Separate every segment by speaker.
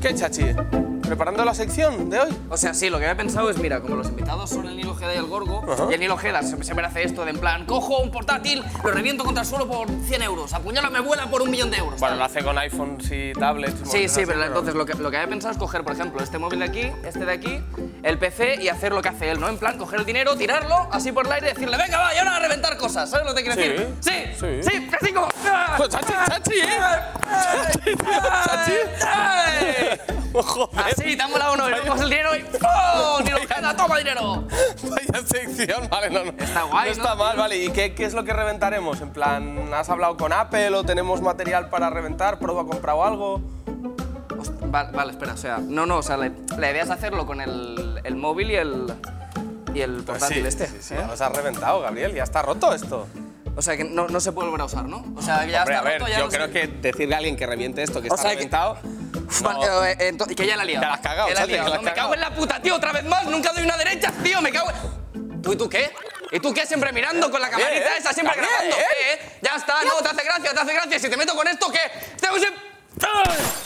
Speaker 1: ¿Qué, Chachi? ¿Preparando la sección de hoy?
Speaker 2: O sea, sí, lo que había pensado es, mira, como los invitados son el Nilo Jeda y el Gorgo,
Speaker 1: Ajá.
Speaker 2: y el Nilo Jeda siempre, siempre hace esto de en plan, cojo un portátil, lo reviento contra el suelo por 100 euros, apuñalo a mi abuela por un millón de euros.
Speaker 1: Bueno,
Speaker 2: tal.
Speaker 1: lo hace con iPhones y tablets.
Speaker 2: Sí,
Speaker 1: móviles
Speaker 2: sí,
Speaker 1: así,
Speaker 2: pero entonces lo que, lo que había pensado es coger, por ejemplo, este móvil de aquí, este de aquí, el PC y hacer lo que hace él, ¿no? En plan, coger el dinero, tirarlo así por el aire y decirle, venga, va, y ahora a reventar cosas, ¿sabes lo que te quiero
Speaker 1: Sí,
Speaker 2: decir? Sí,
Speaker 1: sí.
Speaker 2: sí, así como...
Speaker 1: Pues, Chachi, Chachi, ¿eh? Chachi, tío, Chachi.
Speaker 2: ¡Ay!
Speaker 1: Joder,
Speaker 2: Así, te han volado uno y luego coges el dinero y ¡pum! ¡Nilo Jeda, toma dinero!
Speaker 1: vaya sección, vale, no, no.
Speaker 2: Está guay,
Speaker 1: No está
Speaker 2: ¿no?
Speaker 1: mal, vale. ¿Y qué, qué es lo que reventaremos? En plan, ¿has hablado con Apple o tenemos material para reventar? ¿Prodo ha comprado algo?
Speaker 2: Host- Vale, vale, espera, o sea, no, no, o sea, la, la idea es hacerlo con el, el móvil y el, y el portátil este.
Speaker 1: Pues Sí, sí,
Speaker 2: ¿eh?
Speaker 1: ya los has reventado, Gabriel. Ya está roto esto.
Speaker 2: O sea, que no, no se puede volver a usar, ¿no? O sea, que ya
Speaker 1: Hombre,
Speaker 2: está
Speaker 1: a ver,
Speaker 2: roto, ya
Speaker 1: yo
Speaker 2: no se-
Speaker 1: creo que decirle a alguien que reviente esto, que
Speaker 2: O
Speaker 1: está
Speaker 2: sea, que-
Speaker 1: reventado.
Speaker 2: Uf,
Speaker 1: no.
Speaker 2: vale, eh, eh, ento- y que ya la he liado.
Speaker 1: Ya la has cagado,
Speaker 2: Que la he
Speaker 1: chato, que
Speaker 2: liado,
Speaker 1: la has
Speaker 2: ¿no? Me
Speaker 1: cagado.
Speaker 2: cago en la puta, tío, otra vez más. Nunca doy una derecha, tío, me cago en... ¿Tú y tú qué? ¿Y tú qué? Siempre mirando con la camarita
Speaker 1: Bien, ¿eh?
Speaker 2: esa, siempre
Speaker 1: También,
Speaker 2: grabando.
Speaker 1: ¿eh?
Speaker 2: ¿Qué, eh? Ya está, no, te hace gracia, te hace gracia. Si te meto con esto, ¿qué? Tengo que ser-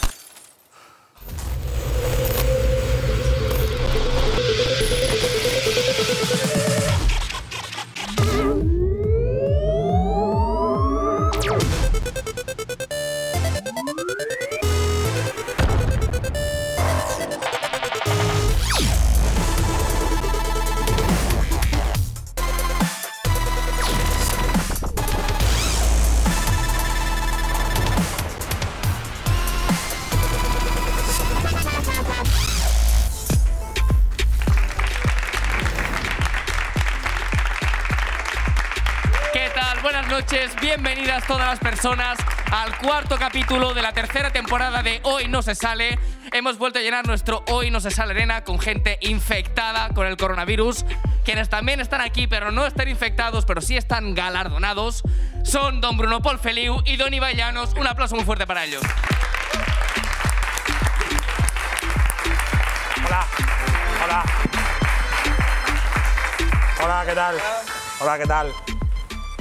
Speaker 3: ¿Qué tal? Buenas noches, bienvenidas todas las personas al cuarto capítulo de la tercera temporada de Hoy no se sale. Hemos vuelto a llenar nuestro Hoy no se sale arena con gente infectada con el coronavirus, quienes también están aquí pero no están infectados, pero sí están galardonados. Son don Bruno Polfeliu y don Ibai Llanos. Un aplauso muy fuerte para ellos.
Speaker 4: Hola. Hola. Hola, ¿qué tal? Hola, ¿qué tal?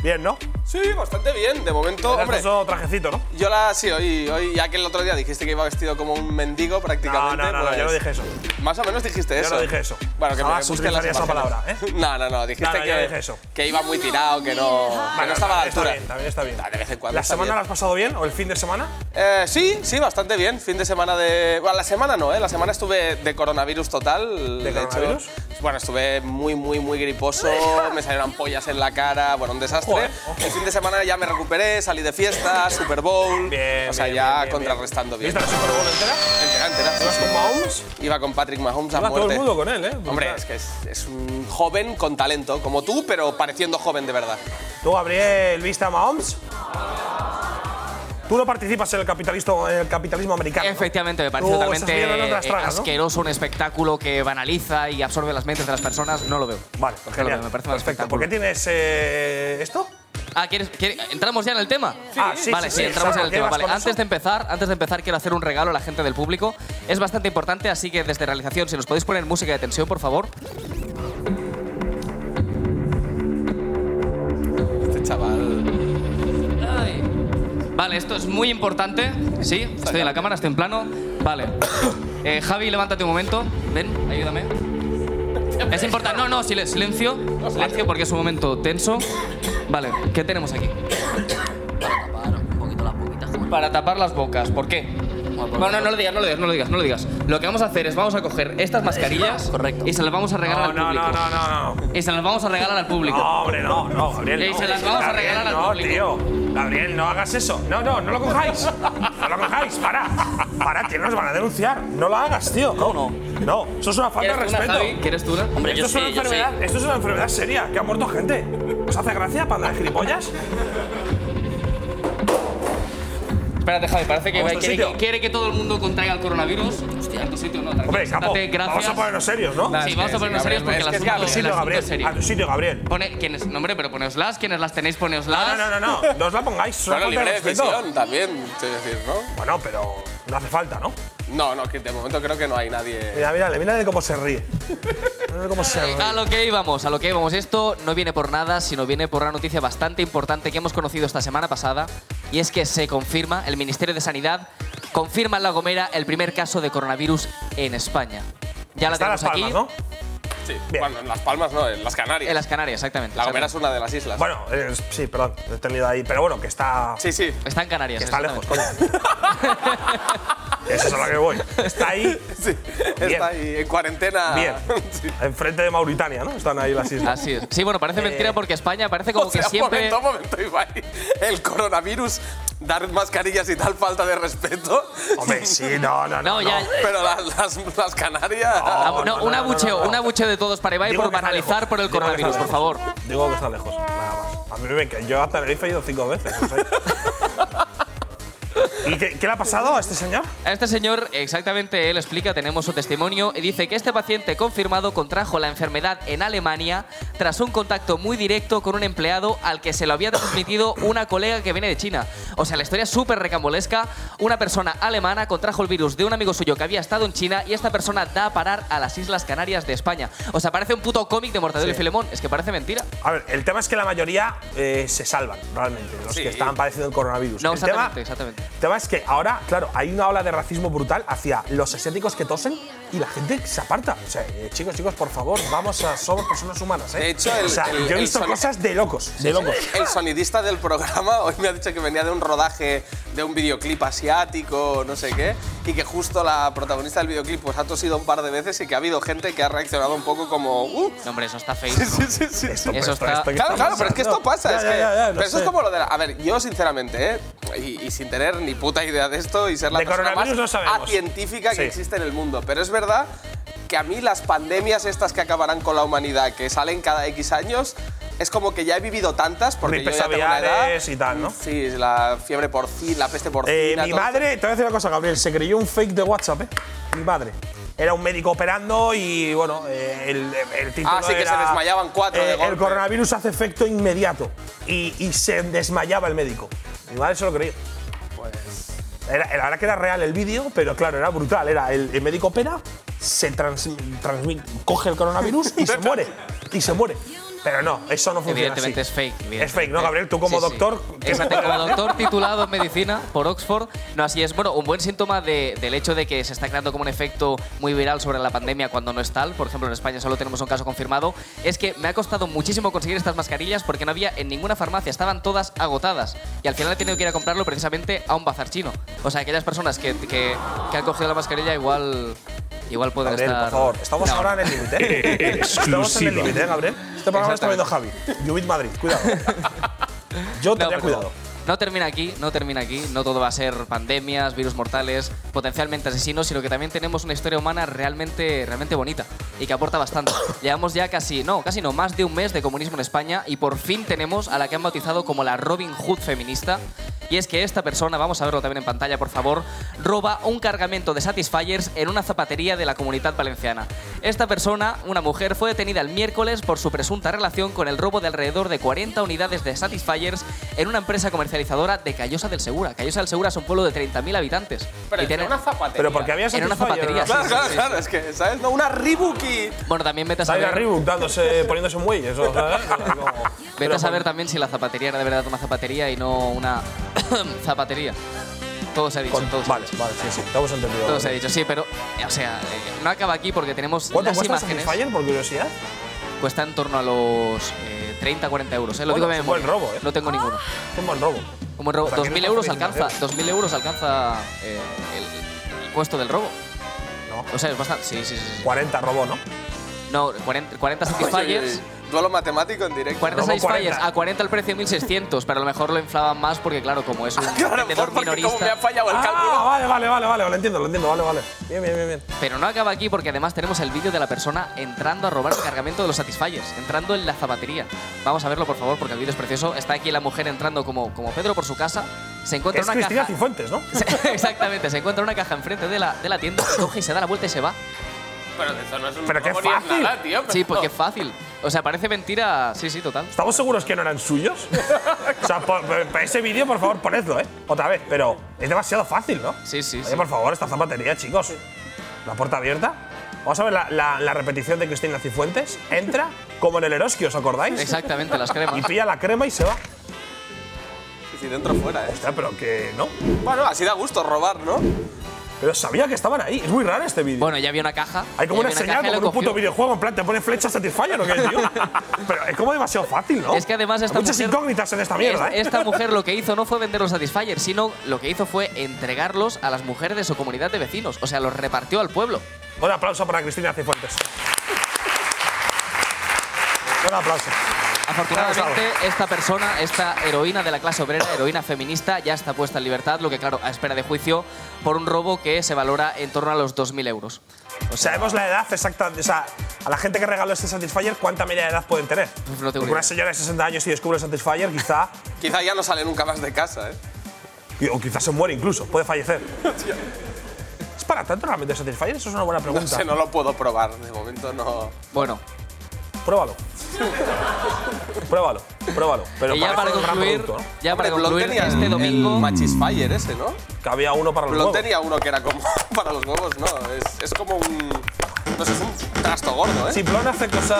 Speaker 4: Bien, ¿no?
Speaker 1: Sí, bastante bien. De momento, Oh, hombre.
Speaker 4: Eso trajecito, ¿no?
Speaker 1: Yo la sí, hoy, hoy, ya que el otro día dijiste que iba vestido como un mendigo prácticamente.
Speaker 4: No, no, no,
Speaker 1: pues,
Speaker 4: yo no dije eso.
Speaker 1: Más o menos dijiste
Speaker 4: Yo
Speaker 1: eso.
Speaker 4: no dije eso.
Speaker 1: Bueno, que me
Speaker 4: Jamás
Speaker 1: busquen las
Speaker 4: utilizaría esa
Speaker 1: imágenes.
Speaker 4: palabra, ¿eh?
Speaker 1: No, no, no, dijiste
Speaker 4: No, no, yo
Speaker 1: que,
Speaker 4: no dije eso.
Speaker 1: que iba muy tirado, que no, que no estaba a la
Speaker 4: está
Speaker 1: altura.
Speaker 4: bien, también está bien.
Speaker 1: Ah, De vez en cuando
Speaker 4: ¿La
Speaker 1: está
Speaker 4: semana
Speaker 1: bien.
Speaker 4: la has pasado bien o el fin de semana?
Speaker 1: Eh, sí, sí, bastante bien. Fin de semana de. Bueno, la semana no, ¿eh? La semana estuve de coronavirus total.
Speaker 4: ¿De
Speaker 1: hecho,
Speaker 4: coronavirus?
Speaker 1: bueno, estuve muy, muy, muy griposo. me salieron ampollas en la cara. Bueno, un desastre.
Speaker 4: Joder.
Speaker 1: El fin de semana ya me recuperé, salí de fiesta, Super Bowl.
Speaker 4: Bien,
Speaker 1: o sea,
Speaker 4: bien,
Speaker 1: ya
Speaker 4: bien, bien,
Speaker 1: contrarrestando bien.
Speaker 4: ¿Viste la Super Bowl entera?
Speaker 1: Entera, entera, sí,
Speaker 4: ¿Ibas
Speaker 1: sí.
Speaker 4: con Mahomes?
Speaker 1: Iba con Patrick Mahomes a
Speaker 4: Iba todo
Speaker 1: muerte.
Speaker 4: el mundo con él, ¿eh? Brutal.
Speaker 1: Hombre, es que es, es un joven con talento, como tú, pero pareciendo joven de verdad.
Speaker 4: ¿Tú, Gabriel, viste a Mahomes? Tú no participas en el, capitalista, en el capitalismo americano. ¿no?
Speaker 3: Efectivamente, me parece
Speaker 4: Tú Oh, estás
Speaker 3: totalmente
Speaker 4: viendo en otras
Speaker 3: eh,
Speaker 4: tragas, ¿no?
Speaker 3: asqueroso un espectáculo que banaliza y absorbe las mentes de las personas. No lo veo.
Speaker 4: Vale,
Speaker 3: No lo
Speaker 4: genial.
Speaker 3: veo, me parece un
Speaker 4: Perfecto.
Speaker 3: espectáculo.
Speaker 4: ¿Por qué tienes eh, esto?
Speaker 3: Ah, ¿quieres, quiere- entramos ya en el tema?
Speaker 4: Ah, sí,
Speaker 3: Vale,
Speaker 4: sí,
Speaker 3: sí,
Speaker 4: sí,
Speaker 3: entramos
Speaker 4: exacto.
Speaker 3: en el
Speaker 4: ¿Qué
Speaker 3: tema.
Speaker 4: vas
Speaker 3: Vale,
Speaker 4: con
Speaker 3: antes
Speaker 4: eso?
Speaker 3: de empezar, antes de empezar quiero hacer un regalo a la gente del público. Es bastante importante, así que desde realización, si nos podéis poner música de tensión, por favor.
Speaker 1: Este chaval.
Speaker 3: Vale, esto es muy importante. Sí, estoy en la cámara, estoy en plano. Vale. Eh, Javi, levántate un momento. Ven, ayúdame. Es importante. No, no, sile- silencio. Silencio porque es un momento tenso. Vale, ¿qué tenemos aquí?
Speaker 2: Para tapar un poquito las boquitas. pues como-
Speaker 3: Para tapar las bocas. ¿Por qué? Bueno, no, no lo digas, no lo digas, no lo digas, no lo digas. Lo que vamos a hacer es vamos a coger estas mascarillas
Speaker 2: Correcto.
Speaker 3: y se las vamos a regalar
Speaker 4: No,
Speaker 3: al
Speaker 4: no,
Speaker 3: público.
Speaker 4: no, no, no, no.
Speaker 3: Y se las vamos a regalar al público.
Speaker 4: No, hombre, no, no, Gabriel.
Speaker 3: Y
Speaker 4: no.
Speaker 3: se las vamos a
Speaker 4: Gabriel,
Speaker 3: regalar al
Speaker 4: No,
Speaker 3: público.
Speaker 4: tío. Gabriel, no hagas eso. No, no, no lo cojáis. No lo cojáis, para. Para, tío, nos van a denunciar. No lo hagas, tío. No, no. No, eso es una falta de
Speaker 3: ¿Quieres tú una,
Speaker 4: respeto.
Speaker 3: Javi? ¿Quieres tú una?
Speaker 2: Hombre,
Speaker 4: Esto
Speaker 2: yo
Speaker 4: es, una
Speaker 2: sí, yo sí.
Speaker 4: enfermedad, esto es una enfermedad seria, que ha muerto gente. ¿Os hace gracia, panda de gilipollas?
Speaker 3: Espérate, Javi, parece que
Speaker 4: Vamos
Speaker 3: Ibai
Speaker 4: a tu
Speaker 3: quiere,
Speaker 4: sitio.
Speaker 3: que, quiere que todo el mundo contraiga el coronavirus. Hostia, en tu sitio no, tranquilo.
Speaker 4: Hombre, capo,
Speaker 3: siéntate, gracias.
Speaker 4: vamos a ponernos serios, ¿no?
Speaker 3: Sí,
Speaker 4: A
Speaker 1: es
Speaker 3: vamos
Speaker 1: que
Speaker 3: a ponernos
Speaker 1: sí,
Speaker 3: serios
Speaker 1: Gabriel,
Speaker 3: porque
Speaker 1: es que
Speaker 3: el
Speaker 1: es Gabriel,
Speaker 3: asunto,
Speaker 4: tu
Speaker 3: el
Speaker 4: sitio,
Speaker 3: asunto
Speaker 4: Gabriel.
Speaker 3: es
Speaker 4: A tu
Speaker 3: serio.
Speaker 4: sitio, Gabriel.
Speaker 3: Pone, ¿quiénes? No, hombre, pero poneoslas, quienes las tenéis, poneoslas.
Speaker 4: No, no, no, no, no os la pongáis. es una
Speaker 1: Bueno,
Speaker 4: falta
Speaker 1: libre
Speaker 4: de
Speaker 1: de
Speaker 4: respeto.
Speaker 1: decisión también, te decir, ¿no?
Speaker 4: Bueno, pero no hace falta, ¿no?
Speaker 1: No, no, que de momento creo que no hay nadie.
Speaker 4: Mira, mírale, mírale cómo se ríe. Mírale cómo se ríe.
Speaker 3: A lo que íbamos, a lo que íbamos. Esto no viene por nada, sino viene por una noticia bastante importante que hemos conocido esta semana pasada. Y es que se confirma, el Ministerio de Sanidad confirma en La Gomera el primer caso de coronavirus en España. Ya la
Speaker 4: Está en
Speaker 3: tenemos
Speaker 4: las palmas,
Speaker 3: aquí.
Speaker 4: ¿no?
Speaker 1: Sí,
Speaker 4: Bien.
Speaker 1: bueno, en Las Palmas no, en Las Canarias.
Speaker 3: En las Canarias, exactamente.
Speaker 1: La Gomera es
Speaker 3: exactamente.
Speaker 1: una de las islas.
Speaker 4: Bueno, eh, sí, perdón, lo he tenido ahí. Pero bueno, que está.
Speaker 1: sí, sí.
Speaker 3: Está en Canarias.
Speaker 4: que está
Speaker 3: exactamente.
Speaker 4: lejos, coño. Eso es a lo que voy. Está ahí,
Speaker 1: sí.
Speaker 4: Bien.
Speaker 1: Está ahí en cuarentena.
Speaker 3: Ah.
Speaker 4: bien.
Speaker 1: Sí.
Speaker 4: Enfrente de Mauritania, ¿no? Están ahí las islas.
Speaker 3: Así es. Sí, bueno,
Speaker 4: Eh,
Speaker 3: parece mentira porque España parece como
Speaker 1: O sea,
Speaker 3: que siempre.
Speaker 1: momento, momento, Ibai. El coronavirus, dar mascarillas y tal falta de respeto.
Speaker 4: Hombre, sí, no, no, no.
Speaker 3: No, ya.
Speaker 1: Pero las, las, las Canarias.
Speaker 4: No,
Speaker 3: Ah, no,
Speaker 4: no,
Speaker 3: un
Speaker 4: no, no,
Speaker 3: abucheo,
Speaker 4: no, no.
Speaker 3: un abucheo de todos para Ibai
Speaker 4: Digo
Speaker 3: por
Speaker 4: que está
Speaker 3: banalizar
Speaker 4: lejos.
Speaker 3: por el
Speaker 4: Digo que está
Speaker 3: coronavirus, por
Speaker 4: lejos.
Speaker 3: favor.
Speaker 4: Digo que está lejos, nada más. A mí me que yo hasta Tenerife he ido cinco veces. no sé. ¿Y qué, qué le ha pasado a este señor?
Speaker 3: A este señor, exactamente, él explica, tenemos su testimonio, y dice que este paciente confirmado contrajo la enfermedad en Alemania tras un contacto muy directo con un empleado al que se lo había transmitido una colega que viene de China. O sea, la historia es súper recambolesca. Una persona alemana contrajo el virus de un amigo suyo que había estado en China y esta persona da a parar a las Islas Canarias de España. O sea, parece un puto cómic de Mortadelo y Filemón. Es que parece mentira.
Speaker 4: A ver, el tema es que la mayoría eh, se salvan, realmente, los
Speaker 1: Sí.
Speaker 4: que estaban padeciendo el coronavirus.
Speaker 3: No,
Speaker 4: el
Speaker 3: exactamente,
Speaker 4: tema,
Speaker 3: exactamente.
Speaker 4: El tema es que ahora, claro, hay una ola de racismo brutal hacia los asiáticos que tosen y la gente se aparta. O sea, eh, chicos, chicos, por favor, vamos a somos personas humanas, ¿eh?
Speaker 1: De hecho, el-
Speaker 4: o sea,
Speaker 1: el-
Speaker 4: yo he
Speaker 1: el
Speaker 4: visto
Speaker 1: soni-
Speaker 4: cosas de locos, de locos.
Speaker 1: El sonidista del programa hoy me ha dicho que venía de un rodaje de un videoclip asiático, no sé qué, y que justo la protagonista del videoclip pues ha tosido un par de veces y que ha habido gente que ha reaccionado un poco como... "Uh".
Speaker 3: No, hombre, eso está feo.
Speaker 1: Sí, sí, sí, sí.
Speaker 3: Eso está-
Speaker 4: ¿qué
Speaker 1: Claro, claro, pero es que esto pasa.
Speaker 4: pasando? Ya,
Speaker 1: es
Speaker 4: ya,
Speaker 1: que-
Speaker 4: ya, ya, lo
Speaker 1: pero eso es
Speaker 4: sé.
Speaker 1: como lo de la. A ver, yo sinceramente, ¿eh? Y, y sin tener ni puta idea de esto y ser la
Speaker 4: De
Speaker 1: persona más
Speaker 4: coronavirus no sabemos.
Speaker 1: científica que
Speaker 4: Sí.
Speaker 1: existe en el mundo. Pero es verdad que a mí las pandemias estas que acabarán con la humanidad, que salen cada X años, es como que ya he vivido tantas porque
Speaker 4: Gripes
Speaker 1: yo ya tengo una edad. Mm,
Speaker 4: aviares y tal, ¿no?
Speaker 1: Sí, la fiebre porcina, la peste porcina.
Speaker 4: Eh, mi
Speaker 1: todo.
Speaker 4: madre, te voy a decir una cosa, Gabriel, se creyó un fake de WhatsApp, ¿eh? Mi madre. Era un médico operando y, bueno, eh, el, el título
Speaker 1: Ah, sí, que se
Speaker 4: era, eh,
Speaker 1: desmayaban cuatro de golpe.
Speaker 4: El coronavirus hace efecto inmediato. Y, y se desmayaba el médico. Mi madre se lo creía.
Speaker 1: Pues-
Speaker 4: Era, la verdad que era real el vídeo, pero claro, era brutal. Era el, el médico opera, se trans- transmi- coge el coronavirus y se muere. Y se muere. Pero no, eso no funciona
Speaker 3: Evidentemente
Speaker 4: así.
Speaker 3: es fake.
Speaker 4: Es fake, ¿no, Gabriel? Tú como doctor… ¿qué-
Speaker 3: Exacto, como doctor titulado en medicina por Oxford. No, así es. Bueno, un buen síntoma de- del hecho de que se está creando como un efecto muy viral sobre la pandemia cuando no es tal. Por ejemplo, en España solo tenemos un caso confirmado. Es que me ha costado muchísimo conseguir estas mascarillas porque no había en ninguna farmacia. Estaban todas agotadas. Y al final he tenido que ir a comprarlo precisamente a un bazar chino. O sea, aquellas personas que, que- que han cogido la mascarilla igual, igual pueden
Speaker 4: Gabriel,
Speaker 3: estar...
Speaker 4: por favor. Estamos
Speaker 3: No,
Speaker 4: ahora en el límite. ¿eh? Estamos en el
Speaker 5: Exclusiva.
Speaker 4: límite, ¿eh, Gabriel. Este programa lo está viendo Javi. Yubit Madrid, cuidado. Yo
Speaker 3: No,
Speaker 4: tenía
Speaker 3: pero
Speaker 4: cuidado.
Speaker 3: No termina aquí, no termina aquí. No todo va a ser pandemias, virus mortales, potencialmente asesinos, sino que también tenemos una historia humana realmente, realmente bonita y que aporta bastante. Llevamos ya casi, no, casi no, más de un mes de comunismo en España y por fin tenemos a la que han bautizado como la Robin Hood feminista. Y es que esta persona, vamos a verlo también en pantalla, por favor, roba un cargamento de Satisfyers en una zapatería de la comunidad valenciana. Esta persona, una mujer, fue detenida el miércoles por su presunta relación con el robo de alrededor de 40 unidades de Satisfyers en una empresa comercializadora de Callosa del Segura. Callosa del Segura es un pueblo de 30.000 habitantes.
Speaker 1: Pero
Speaker 3: Y
Speaker 1: es
Speaker 3: tiene-
Speaker 1: una zapatería.
Speaker 4: Pero porque había
Speaker 3: En una
Speaker 4: Satisfyer,
Speaker 3: zapatería,
Speaker 4: ¿no?
Speaker 3: sí.
Speaker 1: Claro, claro, claro. Es que, ¿sabes? No, una Ribuki.
Speaker 3: Bueno, también vete a
Speaker 4: Sale a
Speaker 3: saber,
Speaker 4: Reebok dándose, poniéndose un muelle. Eso, ¿sabes? Como-
Speaker 3: vete
Speaker 4: Pero-
Speaker 3: a saber también si la zapatería era de verdad una zapatería y no una zapatería. Todo se ha dicho,
Speaker 4: con-
Speaker 3: todo se ha
Speaker 4: Vale,
Speaker 3: dicho.
Speaker 4: vale, sí, sí. Te hemos entendido.
Speaker 3: Todo se ha dicho, sí, pero, o sea, eh, no acaba aquí porque tenemos
Speaker 4: ¿Cuánto
Speaker 3: las
Speaker 4: cuesta el
Speaker 3: imágenes.
Speaker 4: Satisfyer, por curiosidad?
Speaker 3: Cuesta en torno a los eh, 30, 40 euros. eh, Lo
Speaker 4: Bueno,
Speaker 3: digo de
Speaker 4: es un buen
Speaker 3: memoria.
Speaker 4: robo, eh.
Speaker 3: No tengo ninguno.
Speaker 4: Es un buen robo.
Speaker 3: Como robo,
Speaker 4: Tranquilo,
Speaker 3: 2.000
Speaker 4: no
Speaker 3: euros
Speaker 4: hace
Speaker 3: alcanza,
Speaker 4: nada.
Speaker 3: 2.000 euros alcanza eh, el, el costo del robo.
Speaker 4: No.
Speaker 3: O sea, es bastante. Sí, sí, sí. sí.
Speaker 4: 40 robó, ¿no?
Speaker 3: No, 40, 40
Speaker 1: Oye,
Speaker 3: Satisfyers.
Speaker 1: Duelo matemático en directo.
Speaker 3: 40
Speaker 4: Robo
Speaker 3: Satisfyers
Speaker 4: 40.
Speaker 3: a 40 el precio 1.600, pero a lo mejor lo inflaban más porque, claro, como es un
Speaker 1: Claro,
Speaker 3: vendedor
Speaker 1: porque como me ha
Speaker 3: minorista.
Speaker 1: fallado el
Speaker 4: Ah,
Speaker 1: cálculo.
Speaker 4: vale, vale, vale, vale. Lo entiendo, lo entiendo. Vale, vale. Bien, bien, bien. bien.
Speaker 3: Pero no acaba aquí porque además tenemos el vídeo de la persona entrando a robar el cargamento de los Satisfyers, entrando en la zapatería. Vamos a verlo, por favor, porque el vídeo es precioso. Está aquí la mujer entrando como, como Pedro por su casa. Se encuentra
Speaker 4: Es
Speaker 3: una
Speaker 4: Cristina
Speaker 3: caja.
Speaker 4: Cifuentes, ¿no?
Speaker 3: Se- Exactamente, se encuentra una caja enfrente de la, de la tienda, coge y se da la vuelta y se va.
Speaker 1: Pero de eso no es un
Speaker 4: Pero qué
Speaker 1: robo ni es
Speaker 4: fácil.
Speaker 1: nada, tío.
Speaker 3: Sí,
Speaker 1: pero-
Speaker 3: porque es fácil. O sea, parece mentira. Sí, sí, total.
Speaker 4: ¿Estamos seguros que no eran suyos? o sea, por- por- ese vídeo, por favor, ponedlo, ¿eh? Otra vez, pero es demasiado fácil, ¿no?
Speaker 3: Sí, sí,
Speaker 4: Oye,
Speaker 3: sí.
Speaker 4: por favor, esta zapatería, chicos. La puerta abierta. Vamos a ver la, la- la repetición de Cristina Cifuentes. Entra, como en el Eroski, ¿os acordáis?
Speaker 3: Exactamente, las
Speaker 4: Y
Speaker 3: cremas.
Speaker 4: pilla la crema y se va.
Speaker 1: Sí, sí, dentro fuera, ¿eh?
Speaker 4: Hostia, pero que no.
Speaker 1: Bueno, así da gusto robar, ¿no?
Speaker 4: Pero sabía que estaban ahí. Es muy raro este vídeo.
Speaker 3: Bueno, ya había una caja.
Speaker 4: Hay como
Speaker 3: ya
Speaker 4: una
Speaker 3: había
Speaker 4: señal
Speaker 3: caja y
Speaker 4: como en
Speaker 3: lo
Speaker 4: un puto
Speaker 3: cogió.
Speaker 4: videojuego, en plan, te pone flecha Satisfyer o qué, tío. Pero es como demasiado fácil, ¿no?
Speaker 3: Es que además
Speaker 4: Hay
Speaker 3: esta
Speaker 4: muchas
Speaker 3: mujer-
Speaker 4: incógnitas en esta mierda,
Speaker 3: Es-
Speaker 4: ¿eh?
Speaker 3: Esta mujer lo que hizo no fue vender los Satisfyer, sino lo que hizo fue entregarlos a las mujeres de su comunidad de vecinos. O sea, los repartió al pueblo.
Speaker 4: Un aplauso para Cristina Cifuentes. Un aplauso.
Speaker 3: Afortunadamente, esta persona, esta heroína de la clase obrera, heroína feminista, ya está puesta en libertad, lo que claro, a espera de juicio, por un robo que se valora en torno a los 2.000 euros.
Speaker 4: O sea, Sabemos la edad exacta. O sea, a la gente que regaló este Satisfyer, ¿cuánta media de edad pueden tener?
Speaker 3: tengo ni
Speaker 4: Porque
Speaker 3: idea.
Speaker 4: una señora de 60 años y descubre el Satisfyer, quizá.
Speaker 1: Quizá ya no sale nunca más de casa, ¿eh?
Speaker 4: y- O quizá se muere incluso, puede fallecer. ¿Es para tanto realmente el Satisfyer? Eso es una buena pregunta.
Speaker 1: No sé, no lo puedo probar. De momento no.
Speaker 3: Bueno,
Speaker 4: Pruébalo. pruébalo, pruébalo. Pero
Speaker 3: y ya
Speaker 4: parece
Speaker 3: para
Speaker 4: un gran
Speaker 3: concluir,
Speaker 4: producto, ¿no?
Speaker 3: ya
Speaker 1: Hombre,
Speaker 3: para
Speaker 1: Blon
Speaker 3: concluir,
Speaker 1: tenía
Speaker 3: este
Speaker 1: el- El
Speaker 3: domingo.
Speaker 1: Machisfire ese, ¿no?
Speaker 4: Que había uno para los
Speaker 1: Blon
Speaker 4: huevos.
Speaker 1: tenía uno que era como para los huevos, ¿no? Es, es como un. No sé, es un trasto gordo, ¿eh?
Speaker 4: Si Blon hace cosas.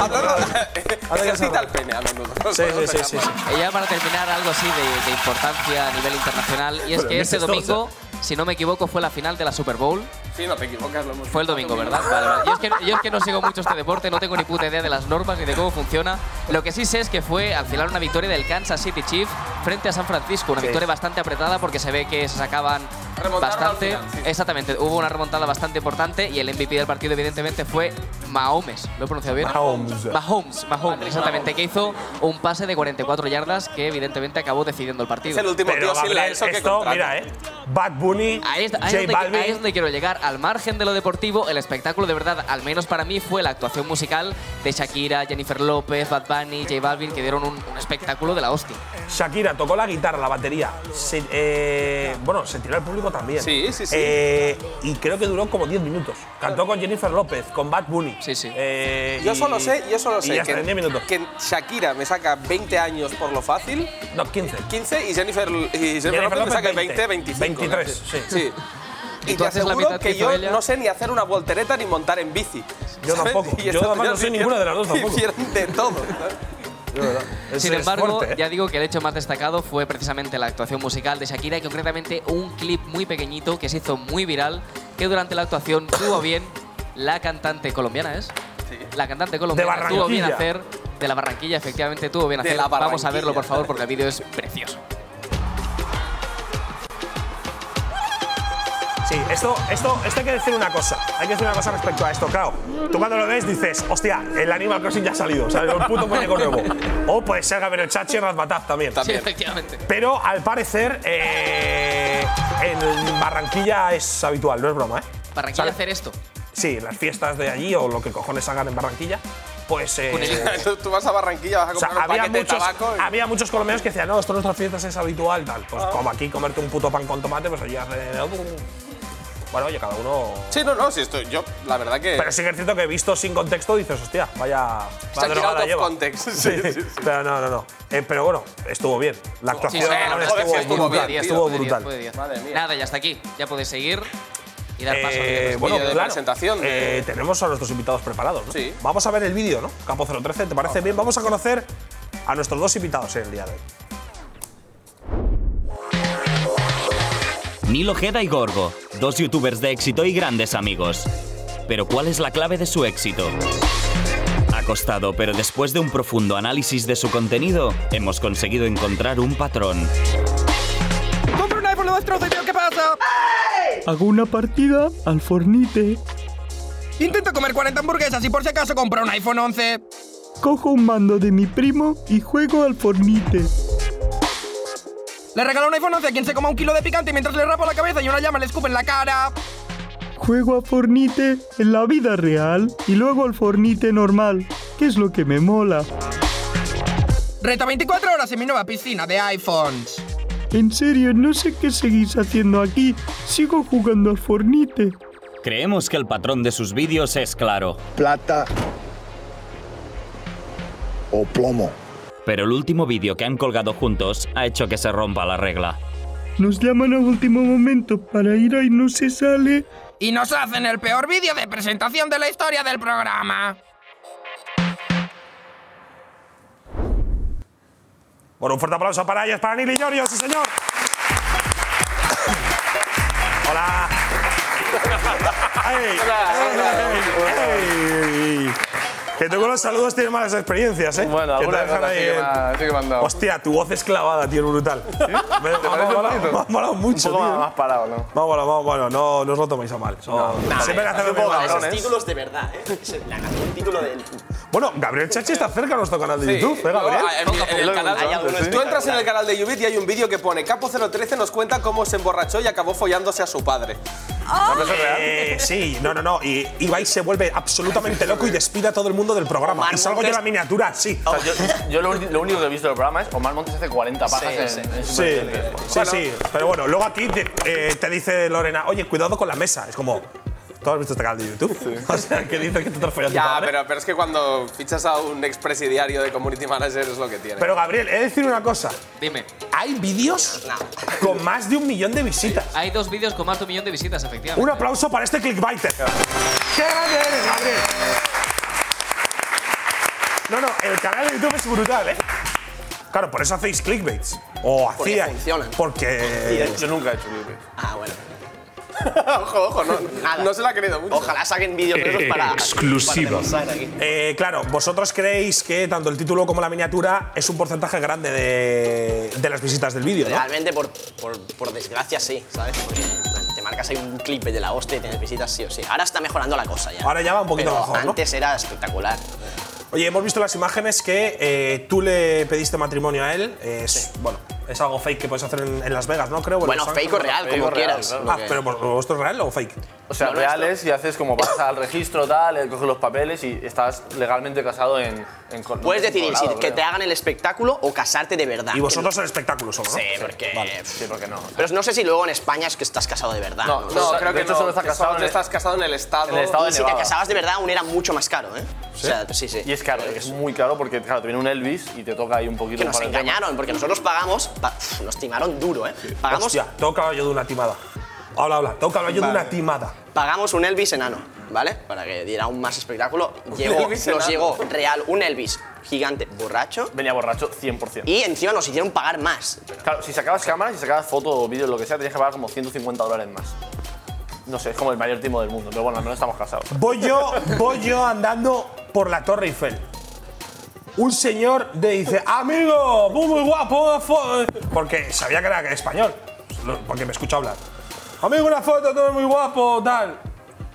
Speaker 1: Hablando
Speaker 4: Ahora ya se
Speaker 1: Ejercita
Speaker 4: arregla.
Speaker 1: el pene a menudo.
Speaker 4: Sí, sí, sí, sí, sí.
Speaker 3: Y eh, ya para terminar, algo así de, de importancia a nivel internacional, y es
Speaker 4: Pero, ¿qué
Speaker 3: que
Speaker 4: es
Speaker 3: este
Speaker 4: esto? O sea-
Speaker 3: domingo, si no me equivoco, fue la final de la Super Bowl.
Speaker 1: Sí, no te equivocas, lo hemos
Speaker 3: Fue el domingo, ¿verdad? Vale, vale. Yo, es que, yo es que no sigo mucho este deporte, no tengo ni puta idea de las normas ni de cómo funciona. Lo que sí sé es que fue al final una victoria del Kansas City Chiefs frente a San Francisco. Una
Speaker 4: Sí.
Speaker 3: victoria bastante apretada porque se ve que se sacaban
Speaker 1: Remontaron
Speaker 3: bastante.
Speaker 1: al final, sí.
Speaker 3: Exactamente, hubo una remontada bastante importante y el MVP del partido, evidentemente, fue Mahomes. ¿Lo he pronunciado bien?
Speaker 4: Mahomes.
Speaker 3: Mahomes, Mahomes, exactamente, que hizo un pase de 44 yardas que evidentemente acabó decidiendo el partido.
Speaker 1: Es el último
Speaker 4: Pero
Speaker 1: tío sin la
Speaker 4: Gabriel,
Speaker 1: ESO que
Speaker 4: esto,
Speaker 1: contrata.
Speaker 4: mira, ¿eh? Bad Bunny,
Speaker 3: Ahí es, ahí es
Speaker 4: J
Speaker 3: donde, ahí es
Speaker 4: Balvin.
Speaker 3: donde quiero llegar. Al margen de lo deportivo, el espectáculo de verdad, al menos para mí, fue la actuación musical de Shakira, Jennifer López, Bad Bunny, J Balvin, que dieron un, un espectáculo de la hostia.
Speaker 4: Shakira tocó la guitarra, la batería. Se- eh, bueno, se tiró al público también.
Speaker 1: Sí, sí, sí.
Speaker 4: Eh, y creo que duró como 10 minutos. Cantó con Jennifer López, con Bad Bunny.
Speaker 3: Sí, sí.
Speaker 4: Eh,
Speaker 1: Yo
Speaker 4: y-
Speaker 1: solo sé, yo solo
Speaker 4: Y
Speaker 1: sé
Speaker 4: ya está, en 10 minutos.
Speaker 1: que, que Shakira me saca 20 años por lo fácil,
Speaker 4: No, 15.
Speaker 1: 15 y Jennifer, y Jennifer Lopez me
Speaker 4: López,
Speaker 1: saca 20,
Speaker 4: 20,
Speaker 1: 25.
Speaker 4: 23,
Speaker 1: casi.
Speaker 4: sí.
Speaker 1: Y,
Speaker 3: Y tú
Speaker 1: te
Speaker 3: haces la
Speaker 1: aseguro
Speaker 3: mitad
Speaker 1: que
Speaker 3: que
Speaker 1: yo
Speaker 3: hizo ella.
Speaker 1: no sé ni hacer una voltereta ni montar en bici.
Speaker 4: Yo
Speaker 1: ¿sabes?
Speaker 4: tampoco.
Speaker 1: Y
Speaker 4: Yo
Speaker 1: estas
Speaker 4: además no
Speaker 1: tías
Speaker 4: soy ninguna de las dos tampoco.
Speaker 1: Hicieron de todo. ¿sabes?
Speaker 4: Es-
Speaker 3: Sin
Speaker 4: es
Speaker 3: embargo,
Speaker 4: fuerte, ¿eh?
Speaker 3: ya digo que el hecho más destacado fue precisamente la actuación musical de Shakira y concretamente un clip muy pequeñito que se hizo muy viral, que durante la actuación tuvo bien la cantante colombiana, ¿es? La cantante colombiana tuvo bien
Speaker 4: Barranquilla.
Speaker 3: hacer de la Barranquilla, efectivamente tuvo bien
Speaker 1: De
Speaker 3: hacer.
Speaker 1: la
Speaker 3: Vamos a verlo,
Speaker 1: Barranquilla.
Speaker 3: por favor, porque el vídeo es precioso.
Speaker 4: Sí, esto, esto, esto hay que decir una cosa. Hay que decir una cosa respecto a esto, claro. Tú cuando lo ves dices, hostia, el Animal Crossing ya ha salido, ¿sabes? Un puto muñeco nuevo. O puede ser Gabriel Chachi y Razbataz también.
Speaker 3: Sí,
Speaker 1: También.
Speaker 3: efectivamente.
Speaker 4: Pero al parecer, eh, en Barranquilla es habitual, no es broma, ¿eh?
Speaker 3: Barranquilla
Speaker 4: ¿Sale?
Speaker 3: hacer esto.
Speaker 4: Sí, las fiestas de allí o lo que cojones hagan en Barranquilla, pues. eh,
Speaker 1: Tú- Tú vas a Barranquilla, vas a
Speaker 4: o sea,
Speaker 1: comprar un
Speaker 4: había
Speaker 1: paquete
Speaker 4: muchos,
Speaker 1: de tabaco. y- Ah.
Speaker 4: había muchos colombianos que decían, no, esto en nuestras fiestas es habitual, tal. Pues como aquí comerte un puto pan con tomate, pues allí hace. Bueno, oye, cada uno.
Speaker 1: Sí, no, no, sí, esto, yo, la verdad que.
Speaker 4: Pero sí que es cierto que visto sin contexto dices, hostia, vaya. vaya
Speaker 1: Shakira out
Speaker 4: drogada
Speaker 1: of
Speaker 4: lleva.
Speaker 1: context. Sí, sí, sí.
Speaker 4: Pero no, no, no. Eh, pero bueno, estuvo bien. La actuación
Speaker 3: sí, no, no,
Speaker 1: joder,
Speaker 4: estuvo,
Speaker 1: sí, estuvo
Speaker 4: brutal.
Speaker 1: bien, tío,
Speaker 4: estuvo
Speaker 3: Fue de diez,
Speaker 4: brutal. Eh,
Speaker 3: fue de diez.
Speaker 1: Madre mía.
Speaker 3: Nada, ya está aquí. Ya podéis seguir y dar paso. a lo que
Speaker 4: Eh,
Speaker 3: nos-
Speaker 4: bueno,
Speaker 1: vídeo de
Speaker 4: claro,
Speaker 1: presentación de-
Speaker 4: eh, tenemos a nuestros invitados preparados. ¿no?
Speaker 1: Sí.
Speaker 4: Vamos a ver el vídeo, ¿no? Capo 013, ¿te parece bien? Vamos a conocer a nuestros dos invitados en el día de hoy.
Speaker 5: Nil Ojeda y Gorgo, dos youtubers de éxito y grandes amigos. Pero ¿cuál es la clave de su éxito? Ha costado, pero después de un profundo análisis de su contenido, hemos conseguido encontrar un patrón.
Speaker 2: Compro un iPhone, lo destrozo y veo qué pasa.
Speaker 6: Hago una partida al Fornite.
Speaker 2: Intento comer 40 hamburguesas y por si acaso compro un iPhone 11.
Speaker 6: Cojo un mando de mi primo y juego al Fornite.
Speaker 2: Le regalo un iPhone 11 a quien se coma un kilo de picante mientras le rapo la cabeza y una llama le escupe en la cara.
Speaker 6: Juego a Fornite en la vida real y luego al Fornite normal, que es lo que me mola.
Speaker 2: Reta 24 horas en mi nueva piscina de iPhones.
Speaker 6: En serio, no sé qué seguís haciendo aquí. Sigo jugando al Fornite.
Speaker 5: Creemos que el patrón de sus vídeos es claro,
Speaker 7: plata o plomo.
Speaker 5: pero el último vídeo que han colgado juntos ha hecho que se rompa la regla.
Speaker 6: Nos llaman a último momento para ir ahí no se sale.
Speaker 8: Y nos hacen el peor vídeo de presentación de la historia del programa.
Speaker 4: Bueno, un fuerte aplauso para ellos, para Nili Llorio, sí señor. Hola. Ey, ey, ey. Que tú con los saludos tienes malas experiencias, ¿eh?
Speaker 9: Bueno,
Speaker 4: que te
Speaker 9: alguna
Speaker 4: dejan
Speaker 9: cosa sí
Speaker 4: ahí
Speaker 9: que
Speaker 4: en-
Speaker 9: me ha- sí que me han dado.
Speaker 4: Hostia, tu voz es clavada, tío, brutal. Me, me ha,
Speaker 9: parece un
Speaker 4: molado,
Speaker 9: poquito?
Speaker 4: me ha molado
Speaker 9: Un
Speaker 4: mucho,
Speaker 9: poco más,
Speaker 4: tío.
Speaker 9: más parado, ¿no?
Speaker 4: Vamos, bueno, vamos, bueno, no, no os lo toméis a mal. No, siempre hacemos
Speaker 9: un poco
Speaker 4: mal.
Speaker 9: cabrones.
Speaker 10: títulos de verdad, ¿eh? Es el, la- el título del.
Speaker 4: Bueno, Gabriel Chachi está cerca de nuestro canal de YouTube, ¿eh, Gabriel?
Speaker 1: No, en- en el
Speaker 9: Lo hemos
Speaker 1: canal-
Speaker 9: hecho antes,
Speaker 1: Tú entras en el canal de YouTube y hay un vídeo que pone Capo 013 nos cuenta cómo se emborrachó y acabó follándose a su padre.
Speaker 4: Eh, sí, no, no, no. Y Ibai se vuelve absolutamente loco y despide a todo el mundo del programa.
Speaker 10: Omar
Speaker 4: Y salgo yo en
Speaker 10: Montes-
Speaker 4: la miniatura, sí.
Speaker 1: Oh,
Speaker 9: O sea, yo yo lo, ulti- lo único que he visto del programa es Omar Montes hace 40 pajas
Speaker 10: Sí,
Speaker 9: en,
Speaker 10: sí.
Speaker 9: en
Speaker 4: Sí,
Speaker 9: Supervivientes.
Speaker 4: sí, sí. Pero bueno, luego aquí te, eh, te dice Lorena, oye, cuidado con la mesa. Es como, ¿tú has visto este canal de YouTube? O sea, que dice que te has follado a tu
Speaker 1: Ya,
Speaker 4: padre.
Speaker 1: pero, pero es que cuando fichas a un expresidiario de community manager es lo que tiene.
Speaker 4: Pero Gabriel, he de decir una cosa.
Speaker 3: Dime.
Speaker 4: Hay vídeos con más de un millón de visitas.
Speaker 3: Hay dos vídeos con más de un millón de visitas, efectivamente.
Speaker 4: Un aplauso para este clickbaiter. ¡Qué grande eres, Gabriel! No, no, el canal de YouTube es brutal, ¿eh? Claro, por eso hacéis clickbaits. O
Speaker 10: Porque
Speaker 4: hacíais.
Speaker 10: funcionan.
Speaker 4: Porque.
Speaker 9: Yo nunca he hecho clipes.
Speaker 10: Ah, bueno.
Speaker 1: ojo, ojo, no,
Speaker 10: Nada.
Speaker 1: no se la ha querido mucho.
Speaker 10: Ojalá saquen vídeos de esos para.
Speaker 11: Exclusiva.
Speaker 10: para demostrar aquí.
Speaker 4: Eh, claro, vosotros creéis que tanto el título como la miniatura es un porcentaje grande de, de las visitas del vídeo, ¿no?
Speaker 10: Realmente, por, por, por desgracia, sí, ¿sabes? Porque te marcas ahí un clip de la hostia y tienes visitas sí o sí. Ahora está mejorando la cosa ya.
Speaker 4: Ahora ya va un poquito
Speaker 10: Pero
Speaker 4: mejor, ¿no?
Speaker 10: Antes era espectacular.
Speaker 4: Oye, hemos visto las imágenes que eh, tú le pediste matrimonio a él. Es, Bueno, es algo fake que puedes hacer en, en Las Vegas, ¿no? Creo. o en
Speaker 10: Bueno,
Speaker 4: Los
Speaker 10: fake o
Speaker 4: Ángeles.
Speaker 10: real,
Speaker 9: fake
Speaker 10: como
Speaker 9: o real,
Speaker 10: quieras.
Speaker 9: claro.
Speaker 10: lo
Speaker 4: Ah,
Speaker 10: que-
Speaker 4: pero ¿vosotros real o fake?
Speaker 9: O sea,
Speaker 10: Lo nuestro.
Speaker 9: reales y haces como vas al registro, tal, eh, coges los papeles y estás legalmente casado en. en Col-
Speaker 10: Puedes
Speaker 9: en
Speaker 10: decidir si
Speaker 9: Colorado,
Speaker 10: que
Speaker 9: creo.
Speaker 10: te hagan el espectáculo o casarte de verdad.
Speaker 4: Y vosotros el espectáculo solo, ¿no?
Speaker 10: Ah, Sí, porque.
Speaker 9: Sí, porque no.
Speaker 10: Pero no sé si luego en España es que estás casado de verdad.
Speaker 9: No,
Speaker 1: No,
Speaker 9: de
Speaker 1: creo que
Speaker 9: hecho,
Speaker 1: no.
Speaker 9: solo está
Speaker 1: que
Speaker 9: casado en
Speaker 1: te
Speaker 9: el-
Speaker 1: estás casado en el estado.
Speaker 9: en el estado
Speaker 10: Y si te
Speaker 9: Nevada.
Speaker 10: casabas de verdad, aún era mucho más caro, ¿eh? O sea, sí, sí.
Speaker 9: Y es caro, es muy caro porque, claro, te viene un Elvis y te toca ahí un poquito.
Speaker 10: Que nos
Speaker 9: para el tema.
Speaker 10: engañaron, porque nosotros pagamos. pa- Uf, nos timaron duro, ¿eh? Pagamos,
Speaker 4: Hostia, tengo que hablar yo de una timada. Habla, habla. Tengo que hablar yo de una timada.
Speaker 10: pagamos un Elvis enano, ¿vale? Para que diera aún más espectáculo. Llegó,
Speaker 1: Elvis
Speaker 10: nos
Speaker 1: enano.
Speaker 10: llegó real un Elvis gigante borracho.
Speaker 9: Venía borracho 100%.
Speaker 10: Y encima nos hicieron pagar más.
Speaker 9: Claro, si sacabas cámaras, si sacabas fotos o vídeos, lo que sea, tenías que pagar como 150 dólares más. No sé, es como el mayor timo del mundo, pero bueno, al menos estamos casados.
Speaker 4: Voy yo, voy yo andando por la Torre Eiffel. Un señor le dice, amigo, muy, muy guapo, una fo-". porque sabía que era español, lo- porque me escuchó hablar. Amigo, una foto, todo muy guapo, tal.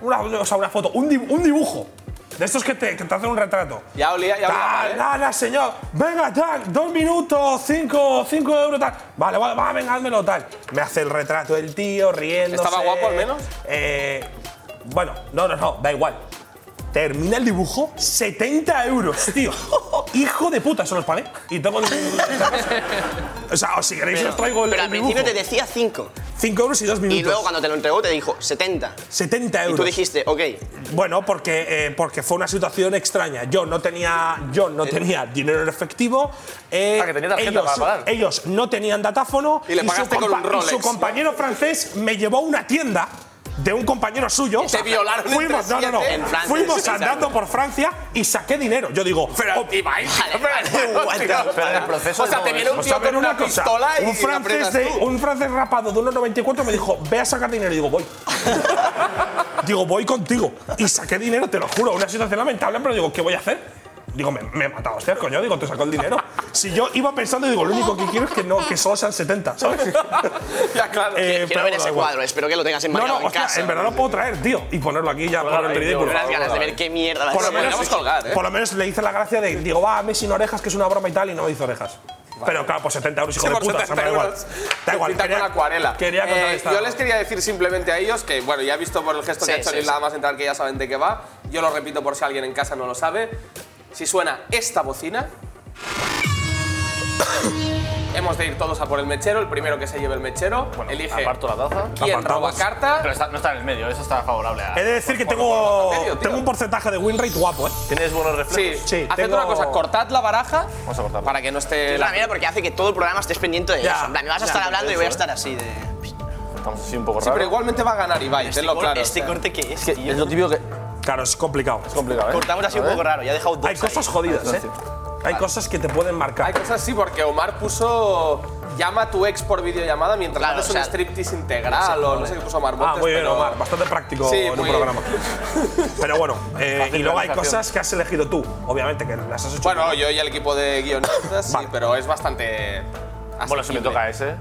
Speaker 4: Una, o sea, una foto, un, di- un dibujo. De estos que te, que te hacen un retrato.
Speaker 1: Ya olía, ya olía mal,
Speaker 4: Tal,
Speaker 1: ¿eh?
Speaker 4: nada, señor. Venga, tal, dos minutos, cinco, cinco euros, tal. Vale, vale, va, venga, házmelo, tal. Me hace el retrato del tío, riendo.
Speaker 1: ¿Estaba guapo, al menos?
Speaker 4: Eh, bueno, no, no, no, da igual. Termina el dibujo, 70 euros, tío. Hijo de puta, se los pagué. Y tengo. o sea, o si queréis, os traigo el.
Speaker 10: Pero al
Speaker 4: el dibujo.
Speaker 10: principio te decía 5.
Speaker 4: 5 euros y dos minutos.
Speaker 10: Y luego cuando te lo entregó te dijo 70.
Speaker 4: 70
Speaker 10: Y
Speaker 4: euros. Eh,
Speaker 10: tú dijiste, ok,
Speaker 4: Bueno, porque, eh, porque fue una situación extraña. Yo no tenía, yo no
Speaker 1: Eh.
Speaker 4: tenía dinero en efectivo. eh,
Speaker 9: Ah, que tenía tarjeta
Speaker 4: ellos,
Speaker 9: para pagar.
Speaker 4: ellos no tenían datáfono.
Speaker 1: Y le
Speaker 4: su
Speaker 1: pagaste con
Speaker 4: compa-
Speaker 1: un
Speaker 4: y
Speaker 1: Rolex,
Speaker 4: su
Speaker 1: ¿no?
Speaker 4: compañero francés me llevó a una tienda de un compañero suyo.
Speaker 1: te violaron entre
Speaker 4: Fuimos, no, no, no.
Speaker 1: siete.
Speaker 10: En Francia,
Speaker 4: Fuimos
Speaker 10: sí,
Speaker 4: andando por Francia y saqué dinero. Yo digo, oh,
Speaker 9: Pero en el proceso
Speaker 1: O sea,
Speaker 9: no,
Speaker 1: te viene un
Speaker 4: os
Speaker 1: tío
Speaker 4: hago
Speaker 1: con una
Speaker 4: cosa.
Speaker 1: pistola y
Speaker 4: un francés,
Speaker 1: aprietas
Speaker 4: de-
Speaker 1: tú.
Speaker 4: un francés rapado de 1,94 me dijo, ve a sacar dinero. Y digo, voy. digo, voy contigo. Y saqué dinero, te lo juro. Una situación lamentable, pero digo, ¿qué voy a hacer? Digo, me, me he matado a usted, coño. Digo, te sacó el dinero. Si yo iba pensando, digo, lo único que quiero es que, no, que solo sean 70, ¿sabes?
Speaker 1: Ya, claro.
Speaker 4: Eh, pero
Speaker 10: quiero ver
Speaker 4: da
Speaker 10: ese
Speaker 4: igual.
Speaker 10: cuadro, espero que lo tengas
Speaker 4: No,
Speaker 10: enmarcado
Speaker 4: no,
Speaker 10: en
Speaker 4: hostia,
Speaker 10: casa.
Speaker 4: en verdad lo puedo traer, tío. Y ponerlo aquí ya para el
Speaker 9: ahí,
Speaker 4: ridículo.
Speaker 9: tío,
Speaker 10: Las ganas de ver qué mierda la
Speaker 4: Por lo
Speaker 10: hacía.
Speaker 4: menos-
Speaker 1: Podríamos colgar, ¿eh?
Speaker 4: Por lo menos le hice la gracia de, digo, va, me sin orejas, que es una broma y tal, y no me hizo orejas. Pero claro, por 70 euros, hijo de
Speaker 1: Por
Speaker 4: puta, o sea, me
Speaker 1: 70
Speaker 4: da igual.
Speaker 1: euros.
Speaker 4: Da igual,
Speaker 1: Pintar con acuarela.
Speaker 4: Quería
Speaker 1: Eh,
Speaker 4: contrarrestar.
Speaker 1: yo les quería decir simplemente a ellos que, bueno, ya he visto por el gesto
Speaker 10: Sí,
Speaker 1: que ha hecho
Speaker 10: sí,
Speaker 1: Lil
Speaker 10: sí.
Speaker 1: nada más entrar que ya saben de qué va. Yo lo repito por si alguien en casa no lo sabe. Si suena esta bocina, Hemos de ir todos a por el mechero, el primero que se lleve el mechero. elige
Speaker 9: Aparto la taza.
Speaker 1: quién roba
Speaker 4: Apartamos.
Speaker 1: carta.
Speaker 9: Pero está- no está en el medio, eso está favorable a.
Speaker 4: He de decir que
Speaker 9: por-
Speaker 4: tengo,
Speaker 1: por los medios, tío.
Speaker 4: tengo un porcentaje de win rate guapo, ¿eh?
Speaker 9: ¿Tienes buenos
Speaker 1: Sí,
Speaker 9: reflejos?
Speaker 4: Sí,
Speaker 1: haced
Speaker 4: tengo-
Speaker 1: una cosa, cortad la baraja
Speaker 9: Vamos a cortarlo.
Speaker 1: para que no esté
Speaker 10: Es
Speaker 1: la
Speaker 10: la mierda porque hace que todo el programa estés pendiente de
Speaker 4: Ya,
Speaker 10: eso. En plan, me vas a
Speaker 9: ya,
Speaker 10: estar hablando y
Speaker 9: eso,
Speaker 10: voy a
Speaker 9: ¿eh?
Speaker 10: estar así de.
Speaker 9: Estamos así un poco
Speaker 1: Sí,
Speaker 9: raro.
Speaker 1: pero igualmente va a ganar Ibai,
Speaker 10: Este,
Speaker 1: tenlo
Speaker 10: cor-
Speaker 1: claro.
Speaker 10: este
Speaker 1: o sea.
Speaker 10: corte que es,
Speaker 9: Es
Speaker 10: tío.
Speaker 9: lo típico que.
Speaker 4: Claro, es complicado.
Speaker 9: Es complicado, ¿eh?
Speaker 10: Cortamos así
Speaker 9: A
Speaker 10: un
Speaker 9: ver.
Speaker 10: poco raro, ya he dejado dos.
Speaker 4: Hay cosas
Speaker 10: ahí.
Speaker 4: jodidas, ¿eh?
Speaker 9: Entonces,
Speaker 4: Hay cosas que te pueden
Speaker 1: Hay
Speaker 4: marcar.
Speaker 1: cosas así, porque Omar puso llama a tu ex por videollamada mientras
Speaker 10: Claro,
Speaker 1: haces
Speaker 10: o sea,
Speaker 1: un striptease integral o no sé qué puso Omar
Speaker 4: Ah,
Speaker 1: Montes,
Speaker 4: muy bien,
Speaker 1: pero-
Speaker 4: Omar. Bastante práctico
Speaker 1: Sí,
Speaker 4: en un
Speaker 1: muy-
Speaker 4: programa. Pero bueno, eh,
Speaker 9: Fácil
Speaker 4: y luego hay
Speaker 9: realización.
Speaker 4: cosas que has elegido tú, obviamente, que las has hecho.
Speaker 1: Bueno,
Speaker 4: tú.
Speaker 1: yo y el equipo de guionistas, sí,
Speaker 4: Vale.
Speaker 1: pero es bastante.
Speaker 9: Bueno, si me
Speaker 1: asequible.
Speaker 9: toca ese.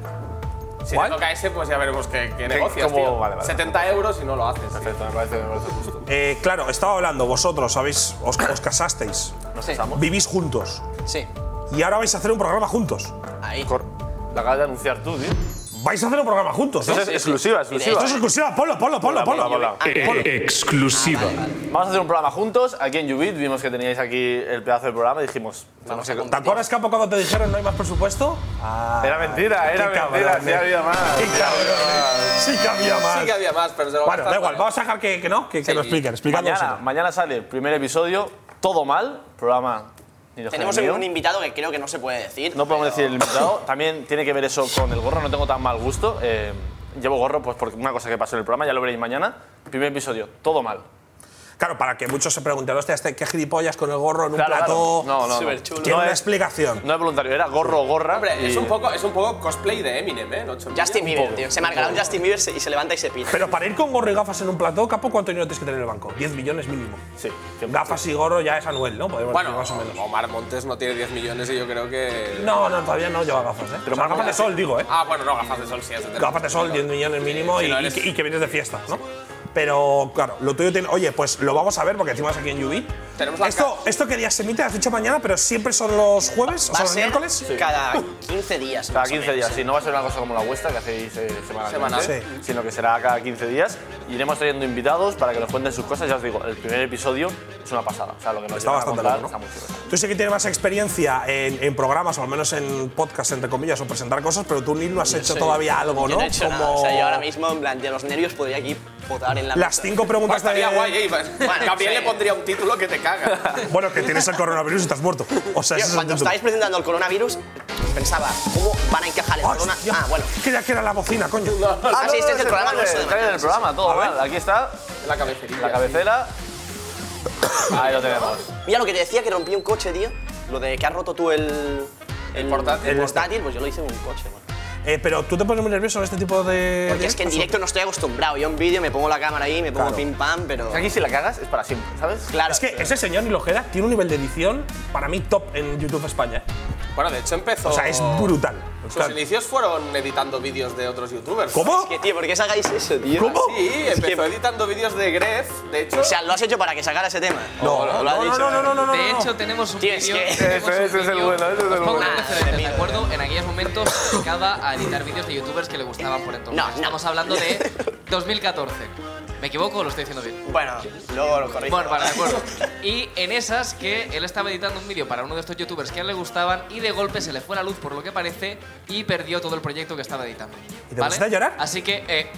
Speaker 1: Si
Speaker 4: ¿Cuál?
Speaker 1: te toca ese, pues ya veremos qué, qué negocias.
Speaker 9: cómo-
Speaker 1: tío.
Speaker 9: vale, vale.
Speaker 1: 70 euros y no lo haces. sí.
Speaker 9: Perfecto, me parece, me parece justo.
Speaker 4: Eh, claro, estaba hablando, vosotros habéis, os, os casasteis,
Speaker 9: Nos casamos.
Speaker 4: vivís juntos
Speaker 10: Sí,
Speaker 4: y ahora vais a hacer un programa juntos.
Speaker 10: ahí.
Speaker 9: Cor- La acabas de anunciar tú, tío.
Speaker 4: Vais a hacer un programa juntos, ¿no?
Speaker 9: Eso es exclusiva, exclusiva.
Speaker 4: Esto es exclusiva, ponlo, ponlo, ponlo,
Speaker 9: Hola,
Speaker 4: ponlo.
Speaker 9: hola, hola.
Speaker 6: Exclusiva.
Speaker 9: Vamos a hacer un programa juntos. Aquí en Ubit vimos que teníais aquí el pedazo del programa y dijimos.
Speaker 10: Vamos a
Speaker 4: ¿Te
Speaker 10: competir.
Speaker 4: acuerdas, Capo, cuando te dijeron no hay más presupuesto? Ah,
Speaker 9: Era mentira,
Speaker 4: qué
Speaker 9: era mentira,
Speaker 4: cabrón,
Speaker 9: sí ha
Speaker 4: eh.
Speaker 9: habido más.
Speaker 4: Qué cabrón, sí que había más.
Speaker 1: Sí que había más, pero se lo
Speaker 4: Bueno,
Speaker 1: gastan
Speaker 4: da igual,
Speaker 1: para-
Speaker 4: vamos a dejar que, que no, que, que lo expliquen, explicadlo
Speaker 9: Mañana,
Speaker 4: vosotros.
Speaker 9: mañana sale primer episodio, todo mal, programa. ni de
Speaker 10: Tenemos
Speaker 9: Jaime
Speaker 10: un
Speaker 9: mío.
Speaker 10: invitado que creo que no se puede decir.
Speaker 9: No podemos decir el invitado. También tiene que ver eso con el gorro, no tengo tan mal gusto. Eh, llevo gorro pues por una cosa que pasó en el programa, ya lo veréis mañana. Primer episodio, todo mal.
Speaker 4: Claro, para que muchos se pregunten, hostia, este, qué gilipollas con el gorro en un
Speaker 9: Claro,
Speaker 4: plató.
Speaker 9: claro. No, no, no.
Speaker 10: Superchulo.
Speaker 4: Tiene
Speaker 9: No
Speaker 4: una
Speaker 9: es,
Speaker 4: explicación.
Speaker 9: no es voluntario, era gorro o gorra.
Speaker 1: Hombre, es
Speaker 9: y-
Speaker 1: un, poco, es un poco cosplay de Eminem, ¿eh? No, Chomilla?
Speaker 10: Justin
Speaker 1: Un
Speaker 10: Bieber,
Speaker 1: poco.
Speaker 10: tío. Se marcará un Justin Bieber se- y se levanta y se pira.
Speaker 4: Pero para ir con gorro y gafas en un plató, Capo, ¿cuánto dinero tienes que tener en el banco? 10 millones mínimo.
Speaker 9: Sí, que-
Speaker 4: Gafas y gorro ya es anual, ¿no? Podemos
Speaker 1: Bueno,
Speaker 4: decir más o menos.
Speaker 1: Omar Montes no tiene 10 millones y yo creo que.
Speaker 4: No, no, todavía no lleva gafas, ¿eh? Pero
Speaker 9: más
Speaker 4: gafas de sol, digo, ¿eh?
Speaker 1: Ah, bueno, no, gafas de sol sí, es de
Speaker 4: Gafas de sol, 10 millones mínimo
Speaker 1: Sí,
Speaker 4: y,
Speaker 1: no,
Speaker 4: y
Speaker 1: eres-
Speaker 4: que, y que vienes de fiesta, ¿no? Pero claro, lo tuyo tiene. Oye, pues lo vamos a ver porque encima es aquí en Yubi.
Speaker 1: Tenemos la
Speaker 4: Esto, ¿Esto qué día se emite? ¿Has dicho mañana? ¿Pero siempre son los jueves? ¿O son
Speaker 10: Va a
Speaker 4: los
Speaker 10: ser
Speaker 4: miércoles?
Speaker 10: cada 15 días.
Speaker 9: Cada
Speaker 10: más o
Speaker 9: 15
Speaker 10: menos,
Speaker 9: días,
Speaker 10: ¿eh?
Speaker 9: sí. No va a ser una cosa como la vuestra que hacéis eh, semanalmente,
Speaker 4: Semanal.
Speaker 9: sino que será cada 15 días. Iremos trayendo invitados para que nos cuenten sus cosas. Ya os digo, el primer episodio es una pasada. O sea, lo que nos
Speaker 4: Está
Speaker 9: llevan a
Speaker 4: bastante
Speaker 9: contar
Speaker 4: loco,
Speaker 9: está
Speaker 4: ¿no?
Speaker 9: muy chulo.
Speaker 4: Tú sí que tienes más experiencia en, en programas, o al menos en podcast, entre comillas, o presentar cosas, pero tú, Neil, no has hecho
Speaker 10: Sí.
Speaker 4: todavía algo,
Speaker 10: Yo
Speaker 4: ¿no?
Speaker 10: no he hecho nada. O sea, yo ahora mismo, en plan, de los nervios podría aquí potar en la
Speaker 4: Las
Speaker 10: mesa.
Speaker 4: cinco preguntas de…
Speaker 1: Estaría guay, ¿eh? Iván?
Speaker 10: Bueno,
Speaker 1: Gabriel
Speaker 10: sí.
Speaker 1: le pondría un título que te caga.
Speaker 4: Bueno, que tienes el coronavirus y estás muerto. O sea, ese
Speaker 10: Tío,
Speaker 4: es el
Speaker 10: cuando
Speaker 4: punto.
Speaker 10: estabais presentando el coronavirus, pensaba, ¿cómo van a encajar el coronavirus?
Speaker 4: Hostia,
Speaker 10: Ah, bueno.
Speaker 4: Creía que era la bocina, coño.
Speaker 10: Ah, sí, este es el programa
Speaker 9: no
Speaker 10: nuestro de
Speaker 9: en el
Speaker 10: mañana.
Speaker 9: programa, todo
Speaker 4: A ver.
Speaker 9: mal. Aquí está
Speaker 1: La cabecería.
Speaker 9: la cabecera. Ahí lo tenemos.
Speaker 10: Mira lo que te decía que rompí un coche, tío. Lo de que has roto tú el. El
Speaker 1: portátil.
Speaker 10: El portátil, pues yo lo hice en un coche, bueno.
Speaker 4: Eh, pero tú te pones muy nervioso en este tipo de.
Speaker 10: Porque es que en directo no estoy acostumbrado. Yo en vídeo me pongo la cámara ahí, me pongo
Speaker 4: Claro.
Speaker 10: pim pam, pero.
Speaker 9: Aquí si la cagas es para siempre, ¿sabes?
Speaker 10: Claro.
Speaker 4: Es que ese señor Nilojeda tiene un nivel de edición para mí top en YouTube España. ¿eh?
Speaker 1: Bueno, de hecho empezó.
Speaker 4: O sea,
Speaker 10: Oh.
Speaker 4: es brutal.
Speaker 1: Sus
Speaker 4: Claro.
Speaker 1: inicios fueron editando vídeos de otros youtubers.
Speaker 4: ¿Cómo?
Speaker 10: Es que, tío, ¿por qué sacáis eso, tío?
Speaker 4: ¿Cómo?
Speaker 1: Sí,
Speaker 10: Es que-
Speaker 1: empezó editando vídeos de Gref, de hecho.
Speaker 10: O sea, lo has hecho para que sacara ese tema.
Speaker 4: No,
Speaker 10: O lo-
Speaker 4: no,
Speaker 10: lo has
Speaker 4: no,
Speaker 10: dicho.
Speaker 4: no, no, no, no, no,
Speaker 3: De
Speaker 4: no.
Speaker 3: hecho, tenemos un
Speaker 10: Tío, es
Speaker 3: vídeo.
Speaker 10: que-
Speaker 3: tenemos
Speaker 9: Ese-
Speaker 3: un
Speaker 9: ese es el
Speaker 3: vídeo.
Speaker 9: bueno, ese es el
Speaker 3: Os pongo
Speaker 9: bueno.
Speaker 3: antecedentes, ¿de acuerdo? En aquellos momentos se dedicaba a editar vídeos de youtubers que le gustaban por entonces.
Speaker 10: No, no.
Speaker 3: Estamos hablando de 2014. ¿Me equivoco o lo estoy diciendo bien?
Speaker 10: Bueno, luego lo corrijo.
Speaker 3: Bueno, vale, de acuerdo. Y en esas que él estaba editando un vídeo para uno de estos youtubers que a él le gustaban y de golpe se le fue la luz por lo que parece y perdió todo el proyecto que estaba editando.
Speaker 4: ¿Y te pusiste a llorar?
Speaker 3: Así que eh,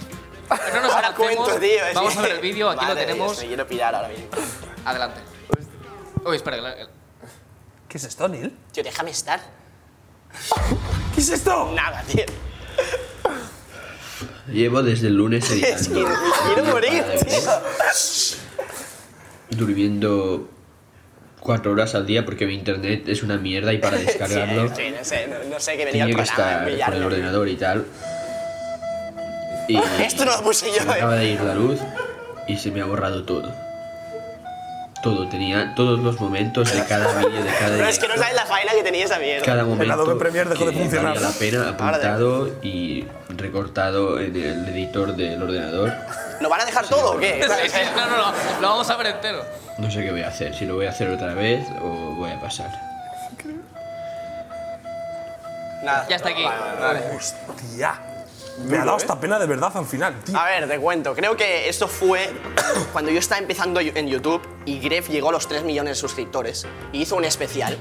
Speaker 3: no nos
Speaker 10: Ahora
Speaker 3: adaptemos.
Speaker 10: Ah, cuento, tío. es
Speaker 3: Vamos
Speaker 10: que-
Speaker 3: a ver el vídeo, aquí lo
Speaker 10: Madre de
Speaker 3: tenemos.
Speaker 10: Dios, me quiero pirar ahora mismo.
Speaker 3: Adelante. Uy, espera, que la-
Speaker 4: ¿Qué es esto, Neil?
Speaker 10: Tío, déjame estar.
Speaker 4: ¿Qué es esto?
Speaker 10: Nada, tío.
Speaker 7: Llevo desde el lunes
Speaker 10: Es que
Speaker 7: editando,
Speaker 10: me quiero morir, tío.
Speaker 7: durmiendo cuatro horas al día porque mi internet es una mierda y para descargarlo
Speaker 10: Sí, sí, no sé, no, no sé qué venía el
Speaker 7: tenía que
Speaker 10: programa.
Speaker 7: estar con el
Speaker 10: pillarlo.
Speaker 7: ordenador y tal. Y
Speaker 10: Esto no lo puse
Speaker 7: se
Speaker 10: yo,
Speaker 7: me acaba
Speaker 10: eh.
Speaker 7: de ir la luz y se me ha borrado todo. Todo, tenía todos los momentos de cada vídeo, de cada
Speaker 10: Pero es que no
Speaker 7: directo,
Speaker 10: sabes la faena que tenía esa mierda.
Speaker 7: cada
Speaker 4: El
Speaker 7: momento
Speaker 4: Adobe Premiere dejó de
Speaker 7: que
Speaker 4: funcionar.
Speaker 7: valía la pena apuntado y recortado en el editor del ordenador.
Speaker 10: ¿Lo van a dejar todo o qué?
Speaker 3: Sí, sí, No, no, no, lo vamos a ver entero.
Speaker 7: No sé qué voy a hacer, si lo voy a hacer otra vez o voy a pasar.
Speaker 10: Nada.
Speaker 3: Ya está aquí.
Speaker 4: Hostia. Me ha dado esta pena de verdad al final, tío.
Speaker 10: ¿eh? A ver, te cuento. Creo que esto fue cuando yo estaba empezando yo- en YouTube y Gref llegó a los 3 millones de suscriptores y hizo un especial.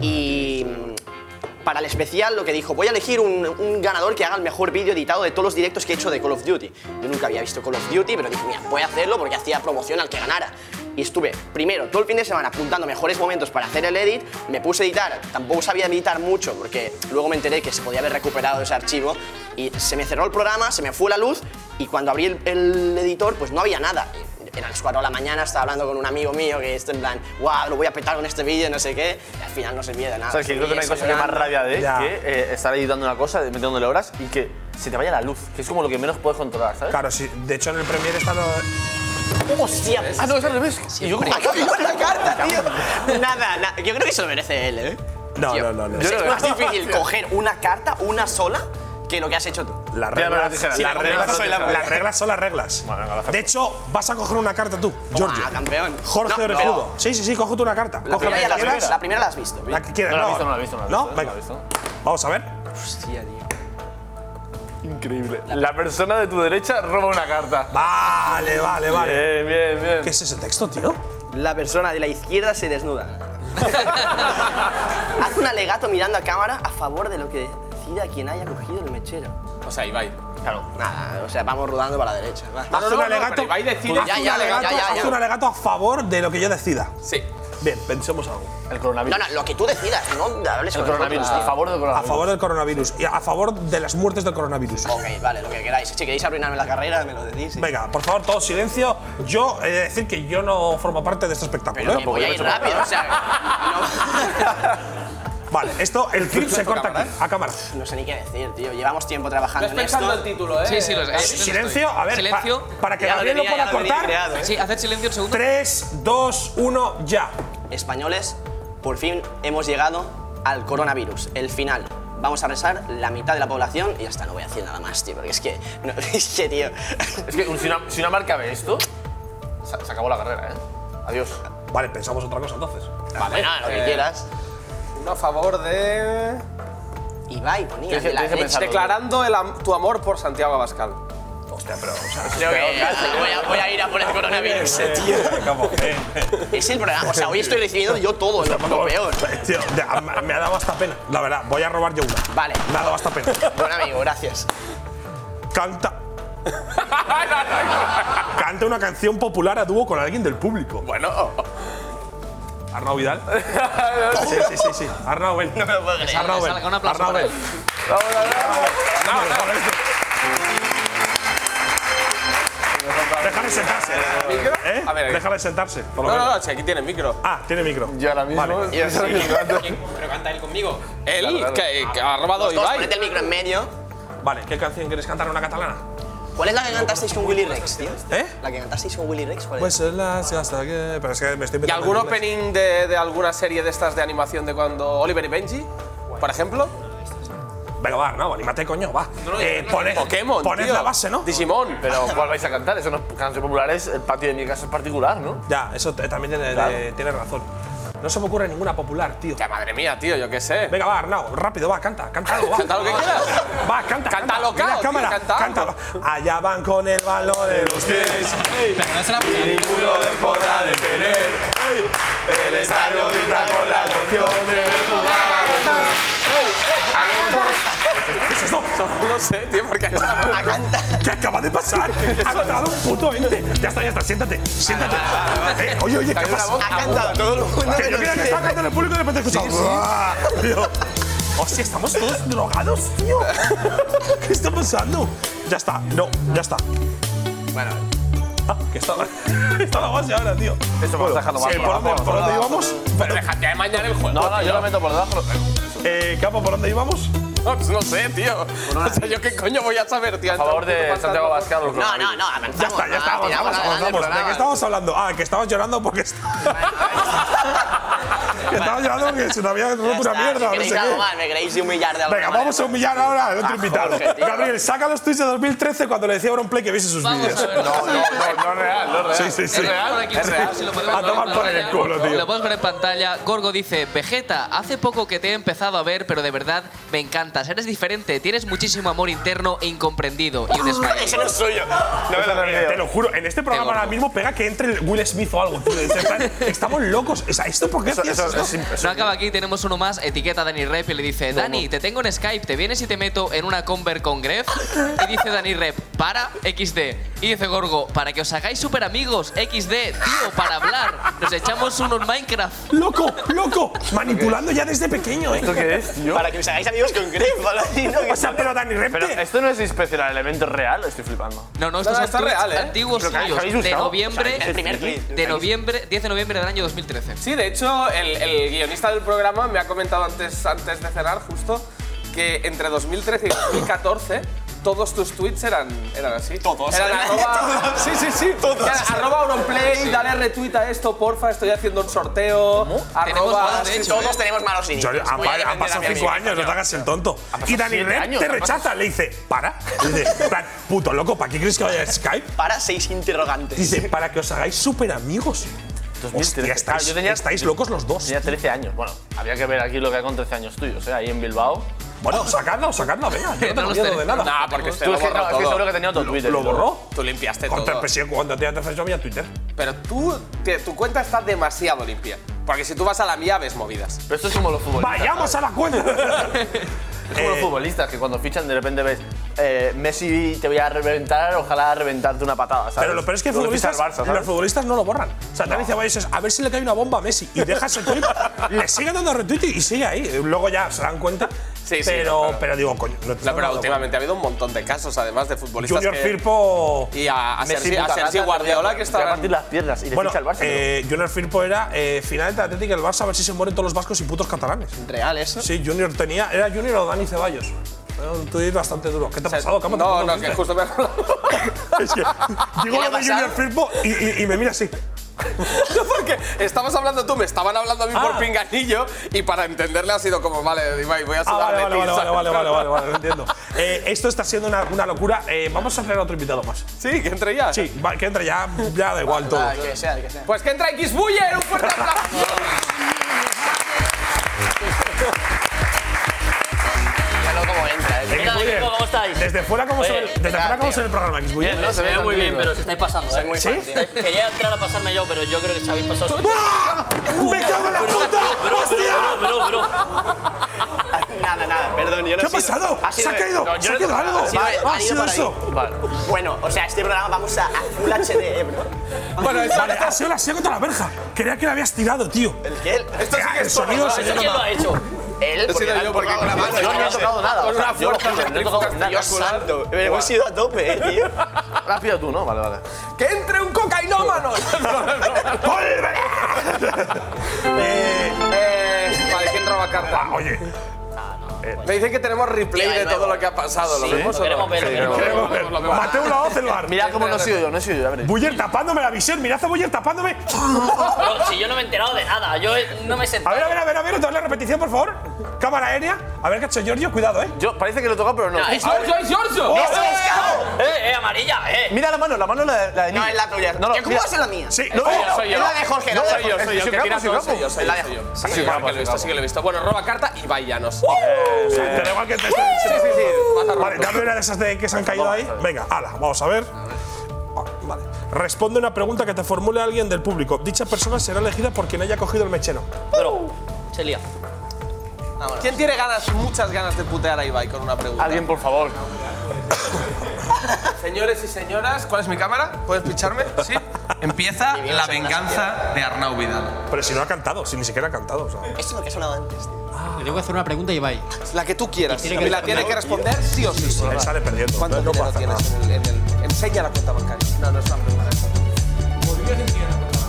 Speaker 10: Y mm, para el especial lo que dijo, voy a elegir un, un ganador que haga el mejor vídeo editado de todos los directos que he hecho de Call of Duty. Yo nunca había visto Call of Duty, pero dije, mira, voy a hacerlo porque hacía promoción al que ganara. Y estuve, primero, todo el fin de semana apuntando mejores momentos para hacer el edit, me puse a editar, tampoco sabía editar mucho porque luego me enteré que se podía haber recuperado ese archivo y se me cerró el programa, se me fue la luz y cuando abrí el, el editor pues no había nada. Eran las 4 de la mañana, estaba hablando con un amigo mío que está en plan, wow, lo voy a petar con este vídeo, no sé qué, y al final no servía de nada.
Speaker 9: ¿Sabes que creo que no hay cosa que más rabia de que eh, estar editando una cosa, metiéndole horas y que se te vaya la luz, que es como lo que menos puedes controlar, ¿sabes?
Speaker 4: Claro, sí. De hecho, en el Premiere está lo.
Speaker 10: ¡Hostia!
Speaker 9: Ah, no, es al revés. Y yo como-
Speaker 10: la carta, tío! nada, nada, yo creo que se lo merece él, ¿eh?
Speaker 4: No, no, no, no.
Speaker 10: es más difícil coger una carta, una sola, que lo que has hecho tú.
Speaker 4: Las
Speaker 10: Ya, pero
Speaker 4: reglas,
Speaker 10: las tijeras.
Speaker 4: sí,
Speaker 10: Las
Speaker 4: las reglas-
Speaker 10: reglas son las reglas.
Speaker 4: las reglas son las reglas. De hecho, vas a coger una carta tú, Giorgio.
Speaker 10: Ah, campeón.
Speaker 4: Jorge
Speaker 10: No,
Speaker 4: Orejudo.
Speaker 10: pero-
Speaker 4: Sí, sí, sí, coge tú una carta.
Speaker 10: La
Speaker 4: Coge
Speaker 10: primera, ya la, has
Speaker 4: que
Speaker 10: visto,
Speaker 4: quieras.
Speaker 10: la primera la has visto.
Speaker 4: La que quieras.
Speaker 9: No la he
Speaker 4: No,
Speaker 9: visto, no la he visto, no la he visto, no
Speaker 4: Venga.
Speaker 9: la he visto.
Speaker 4: Vamos a ver.
Speaker 10: Hostia, tío.
Speaker 9: Increíble. La persona de tu derecha roba una carta.
Speaker 4: Vale, vale, vale.
Speaker 9: Bien, bien, bien.
Speaker 4: ¿Qué es ese texto, tío?
Speaker 10: La persona de la izquierda se desnuda. Haz un alegato mirando a cámara a favor de lo que decida quien haya cogido el mechero.
Speaker 1: O sea, Ibai.
Speaker 9: Claro.
Speaker 10: Nada, o sea, vamos rodando para la derecha. va.
Speaker 4: Haz un alegato.
Speaker 1: pero Ibai decide-
Speaker 4: Haz
Speaker 10: Ya,
Speaker 4: un
Speaker 10: ya,
Speaker 4: alegato-
Speaker 10: ya, ya,
Speaker 4: haz
Speaker 10: ya.
Speaker 4: un alegato a favor de lo que yo decida.
Speaker 1: Sí.
Speaker 4: Bien, pensemos algo.
Speaker 9: El
Speaker 10: No,
Speaker 9: coronavirus.
Speaker 10: no, lo que tú decidas, no hables
Speaker 9: El
Speaker 10: con
Speaker 9: coronavirus, a
Speaker 10: nosotros.
Speaker 9: favor del
Speaker 4: A
Speaker 9: coronavirus.
Speaker 4: favor del coronavirus y a favor de las muertes del coronavirus.
Speaker 10: Ok, vale, lo que queráis. Si queréis arruinarme la carrera, me lo decís. sí.
Speaker 4: Venga, por favor, todo silencio. Yo he de decir que yo no formo parte de este espectáculo.
Speaker 10: Pero
Speaker 4: ¿eh?
Speaker 10: que voy a ir rápido, o sea.
Speaker 4: Vale, esto, el clip se corta aquí, a cámara.
Speaker 10: No, no sé ni qué decir, tío. Llevamos tiempo trabajando en
Speaker 1: Estás
Speaker 10: esto.
Speaker 1: pensando el título, ¿eh?
Speaker 3: Sí, sí, lo sé.
Speaker 4: Silencio, a ver, pa-
Speaker 3: Silencio.
Speaker 4: para que
Speaker 10: Ya lo
Speaker 4: Gabriel lo
Speaker 10: tenía, ya
Speaker 4: pueda
Speaker 10: lo venía
Speaker 4: cortar.
Speaker 10: creado, ¿eh?
Speaker 3: Sí, haced silencio un segundo.
Speaker 4: 3, 2, 1, ya.
Speaker 10: Españoles, por fin hemos llegado al coronavirus, el final. Vamos a rezar la mitad de la población y hasta no voy a decir nada más, tío, porque es que. no, es que, tío.
Speaker 9: Es que un- si una, si una marca ve esto, se, se acabó la carrera, ¿eh? Adiós.
Speaker 4: Vale, pensamos otra cosa entonces.
Speaker 10: Vale, nada, lo que
Speaker 1: eh,
Speaker 10: quieras.
Speaker 1: Uno a favor de.
Speaker 10: Ibai ponía
Speaker 9: Tienes que-
Speaker 10: de
Speaker 9: tienes que
Speaker 10: la leche.
Speaker 9: pensarlo.
Speaker 1: Declarando el am- tu amor por Santiago Abascal.
Speaker 4: Hostia, pero. O sea,
Speaker 10: Creo que voy a, voy a ir a por el coronavirus, eh, tío.
Speaker 4: ¿cómo? Eh,
Speaker 10: Es el programa. O sea, hoy estoy recibiendo yo todo, lo, lo peor.
Speaker 4: Tío, de- me- me ha dado hasta pena. La verdad, voy a robar yo una.
Speaker 10: Vale.
Speaker 4: Me ha dado hasta pena.
Speaker 10: Buen amigo, gracias.
Speaker 4: Canta. Canta una canción popular a dúo con alguien del público. Bueno. Arnau Vidal. sí, sí, sí, sí. Arnau, ven.
Speaker 10: No me lo puedo creer.
Speaker 4: Arnau, ven.
Speaker 3: Salga, un aplauso
Speaker 4: Arnau,
Speaker 3: para
Speaker 4: ven. Arnau, ven, joder, esto. Déjale sentarse. ¿Eh?
Speaker 1: A ver,
Speaker 4: Déjale sentarse. por lo
Speaker 1: No, no,
Speaker 4: menos.
Speaker 1: no, si aquí tiene micro.
Speaker 4: Ah, tiene micro.
Speaker 9: Yo ahora mismo.
Speaker 4: Vale.
Speaker 9: yo soy-
Speaker 1: Pero canta él conmigo. Él, que, que ha robado
Speaker 4: Pues
Speaker 10: Los dos,
Speaker 1: Ibai.
Speaker 10: ponete el micro en medio.
Speaker 4: Vale, ¿qué canción quieres cantar una catalana?
Speaker 10: ¿Cuál es la que cantasteis con Willy Rex, tío?
Speaker 4: ¿Eh?
Speaker 10: ¿La que cantasteis con Willy Rex? ¿Cuál es?
Speaker 4: Pues las hasta que. Pero es que me estoy
Speaker 1: ¿Y algún
Speaker 4: en inglés.
Speaker 1: opening de, de alguna serie de estas de animación de cuando Oliver y Benji, por ejemplo?
Speaker 4: Venga, va, no, anímate, coño, va. Eh, poned-
Speaker 1: Pokémon,
Speaker 4: Poned
Speaker 1: tío.
Speaker 4: la base, ¿no?
Speaker 1: Digimon.
Speaker 9: Pero ¿cuál vais a cantar? Eso no es canción popular, es el patio de mi casa es particular, ¿no?
Speaker 4: Ya, eso te- también tiene,
Speaker 9: Claro.
Speaker 4: de- tiene razón. No se me ocurre ninguna popular, tío.
Speaker 1: Ya, madre mía, tío, yo qué sé.
Speaker 4: Venga, va, Arnau, rápido, va, canta, canta algo, va.
Speaker 1: Eh. Canta lo que quieras.
Speaker 4: Va, canta.
Speaker 1: Canta lo
Speaker 4: Mira,
Speaker 1: cao, tío,
Speaker 4: cámara,
Speaker 1: canta algo.
Speaker 4: va. Allá van con el balón de los pies.
Speaker 3: Pero no se la pongan.
Speaker 4: Ninguno les podrá detener. El estadio vibra con la emoción de jugar. ¿Qué es esto?
Speaker 1: No sé, tío, porque
Speaker 4: ¿Qué acaba de pasar? Ha entrado un puto ente. Ya está, ya está, siéntate, siéntate.
Speaker 10: Ah,
Speaker 4: Eh, oye, oye, ¿qué pasa?
Speaker 10: Ha cantado todo el mundo.
Speaker 4: Que yo
Speaker 10: menos
Speaker 4: creía que
Speaker 10: él.
Speaker 4: estaba cantando en el público y de repente escuchaba. "Buah", tío. Hostia, estamos todos drogados, tío. ¿Qué está pasando? Ya está, no, ya está.
Speaker 10: Bueno,
Speaker 4: Ah, que estaba. Estaba base ahora, tío.
Speaker 9: Eso me lo está dejando mal.
Speaker 4: Eh, ¿Por dónde, por dónde íbamos?
Speaker 1: déjate de mañana el juego.
Speaker 9: No, no, yo lo meto por debajo.
Speaker 4: Eh, Capo, ¿por dónde íbamos?
Speaker 1: No, no sé, tío. O sea, yo qué coño voy a saber, tío.
Speaker 9: A favor de Santiago Abascal. el
Speaker 10: no,
Speaker 9: coronavirus.
Speaker 10: no, no, avanzamos.
Speaker 4: Ya está, ya está,
Speaker 10: no, tiramos
Speaker 4: avanzamos,
Speaker 10: adelante el
Speaker 4: avanzamos. ¿De qué
Speaker 10: programa.
Speaker 4: estábamos hablando? Ah, que estabas llorando porque. que estabas llorando porque se te había
Speaker 10: Ya
Speaker 4: roto una
Speaker 10: está,
Speaker 4: mierda,
Speaker 10: me
Speaker 4: no sé
Speaker 10: queréis
Speaker 4: qué.
Speaker 10: algo más, me queréis humillar de alguna
Speaker 4: Venga,
Speaker 10: manera.
Speaker 4: vamos a humillar ahora al otro
Speaker 10: Ah,
Speaker 4: invitado.
Speaker 10: Jorge, tío.
Speaker 4: Gabriel, saca los tweets de 2013 cuando le decía a Play que viese sus vídeos.
Speaker 9: No, no, no, no es real, no es real.
Speaker 4: Sí, sí, sí.
Speaker 3: Es real, por aquí,
Speaker 4: Es real.
Speaker 3: si lo podemos
Speaker 4: A
Speaker 3: ver en
Speaker 4: tomar por el
Speaker 3: pantalla.
Speaker 4: culo, tío.
Speaker 3: Lo podemos ver en pantalla. Gorgo dice, Vegeta, hace poco que te he empezado a ver, pero de verdad me encantas. Eres diferente, tienes muchísimo amor interno e incomprendido. Y un smiley.
Speaker 10: Ese no es suyo.
Speaker 9: No me lo
Speaker 4: Mira,
Speaker 9: creo.
Speaker 4: Te lo juro, en este programa
Speaker 3: Te lo
Speaker 4: ahora mismo pega que entre el Will Smith o algo. tío. En plan, Estamos locos. O sea, ¿esto por qué
Speaker 9: Eso,
Speaker 4: hacías
Speaker 9: eso-
Speaker 4: esto?
Speaker 9: es impresionante.
Speaker 3: No acaba aquí, tenemos uno más, etiqueta a Dani Rep y le dice, Dani, te tengo en Skype, te vienes y te meto en una conver con Gref. Y dice Dani Rep, para, XD. Y dice Gorgo, para que os hagáis super amigos, XD, tío, para hablar. Nos echamos uno en Minecraft.
Speaker 4: ¡Loco! ¡Loco! Manipulando ya desde pequeño, ¿eh?
Speaker 9: ¿Esto qué es, tío?
Speaker 10: Para que os hagáis amigos con Gref, Paladino.
Speaker 4: O sea, pero Dani Rep.
Speaker 9: Pero esto no es inspecial al evento real, estoy flipando.
Speaker 3: No, no,
Speaker 1: No,
Speaker 3: estos
Speaker 1: no,
Speaker 3: son
Speaker 1: está
Speaker 3: tweets
Speaker 1: real, ¿eh?
Speaker 3: antiguos
Speaker 9: Pero que
Speaker 3: suyos,
Speaker 9: habéis
Speaker 3: de
Speaker 9: usado.
Speaker 3: noviembre,
Speaker 10: El primer clip.
Speaker 3: de noviembre, 10 de noviembre del año 2013.
Speaker 1: Sí, de hecho, el, el guionista del programa me ha comentado antes, antes de cenar, justo, que entre 2013 y 2014 todos tus tweets eran, eran así.
Speaker 10: Todos.
Speaker 4: ¿eh?
Speaker 1: Eran arroba,
Speaker 10: Sí, sí, sí, todos.
Speaker 1: eran arroba Auronplay, dale retweet a esto, porfa, estoy haciendo un sorteo.
Speaker 3: Tenemos
Speaker 1: Arroba,
Speaker 3: más, de hecho,
Speaker 1: ¿eh?
Speaker 10: Todos tenemos malos
Speaker 4: Yo-
Speaker 10: inicios.
Speaker 4: han,
Speaker 10: Pues Voy a
Speaker 4: pa- han
Speaker 10: defender a
Speaker 4: pasado
Speaker 10: mi
Speaker 4: cinco
Speaker 10: amigo.
Speaker 4: años, no te hagas el tonto. Y Dani
Speaker 9: siete
Speaker 4: Rep
Speaker 9: años,
Speaker 4: te
Speaker 9: han pasado-
Speaker 4: rechaza, le dice, para. Le dice, plan, puto loco, ¿para qué crees que vaya a Skype?
Speaker 10: Para seis interrogantes.
Speaker 4: Dice, para que os hagáis súper amigos.
Speaker 9: 2013.
Speaker 4: Hostia,
Speaker 9: Claro,
Speaker 4: estáis,
Speaker 9: yo tenía-
Speaker 4: estáis locos los dos.
Speaker 9: Tenía 13 años. Bueno, había que ver aquí lo que hay con 13 años tuyos, ¿eh? Ahí en Bilbao.
Speaker 4: Bueno, sacadla, sacadla, venga.
Speaker 3: los
Speaker 4: Yo no tengo miedo de
Speaker 3: tenemos.
Speaker 4: nada.
Speaker 1: Ah, porque este
Speaker 9: Tú
Speaker 1: lo
Speaker 9: es que,
Speaker 1: borró
Speaker 9: no, es que
Speaker 1: todo.
Speaker 9: seguro que tenía otro Twitter.
Speaker 4: ¿Lo
Speaker 9: tío.
Speaker 4: borró?
Speaker 1: Tú limpiaste
Speaker 4: Contra
Speaker 1: todo.
Speaker 4: presión, cuando tenía tercer había Twitter.
Speaker 1: Pero tú, te- tu cuenta está demasiado limpia. Porque si tú vas a la mía, ves movidas.
Speaker 9: Pero esto es como los futbolistas.
Speaker 4: ¡Vayamos a la cuenta!
Speaker 9: Es
Speaker 4: eh.
Speaker 9: como los futbolistas que cuando fichan de repente ves eh, Messi te voy a reventar, ojalá reventarte una patada, ¿sabes?
Speaker 4: Pero lo peor es que
Speaker 9: Luego
Speaker 4: futbolistas,
Speaker 9: ficha el Barça, ¿sabes?
Speaker 4: los futbolistas no lo borran. O sea, te dice Valles es, a ver si le cae una bomba a Messi. Y dejas el tweet, le sigue dando retweet y sigue ahí. Luego ya se dan cuenta.
Speaker 1: Sí, sí,
Speaker 4: pero,
Speaker 1: claro.
Speaker 4: pero digo, coño, no te
Speaker 1: No, pero últimamente ha habido un montón de casos, además, de futbolistas
Speaker 4: Junior
Speaker 1: que…
Speaker 4: Firpo.
Speaker 1: Y a, a
Speaker 9: Messi,
Speaker 1: Sergi, a
Speaker 9: puta
Speaker 1: Sergi
Speaker 9: gata,
Speaker 1: Guardiola,
Speaker 9: te voy
Speaker 1: que
Speaker 9: a- Te voy a
Speaker 1: está…
Speaker 9: partir las piernas y le
Speaker 4: Bueno,
Speaker 9: ficha el Barça.
Speaker 4: eh, Junior Firpo era eh, final entre Atlético y el Barça, a ver si se mueren todos los vascos y putos catalanes.
Speaker 10: Real eso.
Speaker 4: Sí, Junior tenía, era Junior o Dani Ceballos. Era un tweet bastante duro. ¿Qué te ha pasado, Cama?
Speaker 1: no,
Speaker 4: ¿Tú
Speaker 1: no, que
Speaker 4: viste?
Speaker 1: justo me ha
Speaker 4: Es que digo
Speaker 10: ¿Qué
Speaker 4: lo
Speaker 10: le ha
Speaker 4: de Junior
Speaker 10: pasado?
Speaker 4: Firpo y, y- y me mira así.
Speaker 1: No, porque estabas hablando tú, me estaban hablando a mí por
Speaker 4: Ah.
Speaker 1: pinganillo y para entenderle ha sido como, vale, Ibai, voy a
Speaker 4: Ah,
Speaker 1: sudar
Speaker 4: vale,
Speaker 1: de
Speaker 4: vale,
Speaker 1: ti,
Speaker 4: vale, vale,
Speaker 1: ¿sabes?
Speaker 4: vale, vale, vale, vale, lo entiendo. Eh, esto está siendo una, una locura. Eh, vamos a traer a otro invitado más.
Speaker 1: Sí, que entre ya.
Speaker 4: Sí, va, que entre ya, ya da igual todo.
Speaker 10: Ah, que sea, que sea.
Speaker 1: Pues que entra X Buller, un fuerte aplauso.
Speaker 10: Míralo cómo entra, eh.
Speaker 4: Eh, Xbuyer, Desde fuera, ¿cómo se ve, desde fuera, ¿cómo se ve el programa, Xbuyer?
Speaker 10: No se ve muy bien, pero
Speaker 8: os estáis pasando, ¿eh?
Speaker 10: muy
Speaker 4: ¿Sí?
Speaker 10: fan, tío.
Speaker 8: Quería entrar a pasarme yo, pero yo creo que se habéis pasado.
Speaker 4: ¡Ah! ¡Me cago en la puta! ¡Hostia!
Speaker 8: Bro, bro.
Speaker 10: Nada, nada, perdón, yo no
Speaker 4: ¿Qué ha
Speaker 10: sido-
Speaker 4: pasado? ¿Se
Speaker 10: sido-
Speaker 4: ha caído?
Speaker 10: no, yo
Speaker 4: ¿Se ha
Speaker 10: no-
Speaker 4: caído algo?
Speaker 10: ha sido-
Speaker 4: Ah,
Speaker 10: ha
Speaker 4: ¿Ha
Speaker 10: ido
Speaker 4: sido
Speaker 10: por ahí.
Speaker 4: eso?
Speaker 10: Bueno, o sea, este programa vamos a, a full HD, eh, bro.
Speaker 1: Bueno, esto,
Speaker 4: Vale,
Speaker 10: ah.
Speaker 4: ha sido la silla contra la verja. Creía que la habías tirado, tío.
Speaker 10: El que él.
Speaker 1: esto sí que
Speaker 4: El
Speaker 1: es solo-
Speaker 4: sonido se
Speaker 8: ¿Quién lo ha hecho?
Speaker 10: Él,
Speaker 1: He sido yo porque
Speaker 10: porque la mano.
Speaker 1: grabando.
Speaker 9: Yo no he tocado nada.
Speaker 1: Con
Speaker 9: o sea,
Speaker 1: una
Speaker 9: yo lo
Speaker 1: fuerza
Speaker 9: juro, no he tocado nada.
Speaker 1: centrífuga.
Speaker 10: Dios santo. Hemos ido a tope, eh, tío.
Speaker 9: La has pillado tú, ¿no? Vale, vale.
Speaker 1: ¡Que entre un cocainómano! Eh, vale, ¿quién roba carta?
Speaker 9: Ah,
Speaker 1: Ah, pues.
Speaker 4: Oye,
Speaker 9: Eh,
Speaker 1: Me dicen que tenemos replay
Speaker 8: Ya,
Speaker 1: de
Speaker 8: luego.
Speaker 1: todo lo que ha pasado. ¿Lo vemos o no?
Speaker 8: Queremos verlo, queremos verlo.
Speaker 4: Mateo la voz del bar.
Speaker 9: Mira cómo no he sido yo, no he sido yo, a ver.
Speaker 4: Buller tapándome la visión. Mirad a Buller tapándome.
Speaker 8: Bro, si yo no me he enterado de nada, yo no me he
Speaker 4: A
Speaker 8: sentado.
Speaker 4: ver, a ver, a ver, a ver, otra vez la repetición, por favor. Cámara aérea. A ver qué ha hecho Giorgio, cuidado, eh.
Speaker 9: Yo parece que lo he tocado, pero no.
Speaker 8: No, es-
Speaker 1: ¡Giorgio, es Giorgio!
Speaker 8: ¡Eh, eh, amarilla! ¡Eh!
Speaker 9: Mira la mano, la mano la, la de
Speaker 10: No,
Speaker 9: Nini.
Speaker 10: es la tuya.
Speaker 9: No, no,
Speaker 10: ¿Qué- ¿Cómo
Speaker 9: mira.
Speaker 10: va a ser la mía?
Speaker 4: Sí, Oh,
Speaker 10: Es
Speaker 4: no,
Speaker 9: no,
Speaker 10: la- es la de Jorge, no
Speaker 9: no,
Speaker 10: la de
Speaker 9: soy
Speaker 10: Jorge.
Speaker 9: yo, soy yo,
Speaker 1: El
Speaker 9: que
Speaker 1: que tira
Speaker 9: tira
Speaker 1: todo
Speaker 9: todo,
Speaker 1: soy yo, soy yo,
Speaker 10: La
Speaker 1: soy
Speaker 10: dejo.
Speaker 1: yo.
Speaker 9: Sí,
Speaker 1: Sí,
Speaker 9: capo,
Speaker 1: porque
Speaker 9: sí,
Speaker 1: esto sí
Speaker 9: capo.
Speaker 1: que lo he visto. Bueno, roba carta y vayanos.
Speaker 4: da igual que te oh. eh, sí,
Speaker 1: sí, sí, vas a
Speaker 4: Vale,
Speaker 1: romper.
Speaker 4: dame una de esas de que se han caído ahí. Venga, ala, vamos a ver. Ah, Vale. Responde una pregunta que te formule alguien del público. Dicha persona será elegida por quien haya cogido el mechero.
Speaker 8: Se lía.
Speaker 1: ¿Quién tiene ganas, muchas ganas de putear a Ibai con una pregunta?
Speaker 9: Ah, Alguien, por favor.
Speaker 1: Señores y señoras, ¿cuál es mi cámara? ¿Puedes picharme? Sí. Empieza la venganza de Arnau Vidal.
Speaker 4: Pero si no ha cantado, si ni siquiera ha cantado. o sea.
Speaker 10: Esto es lo que ha sonado antes, tío.
Speaker 11: Le voy a hacer una pregunta a Ibai.
Speaker 1: La que tú quieras.
Speaker 11: Y tiene que
Speaker 1: la tiene que responder sí o sí.
Speaker 4: Él sale perdiendo.
Speaker 1: ¿Cuánto
Speaker 4: no puede
Speaker 1: dinero
Speaker 4: hacer
Speaker 1: tienes en el, en el- Enseña la cuenta bancaria. No, no es una pregunta. esa.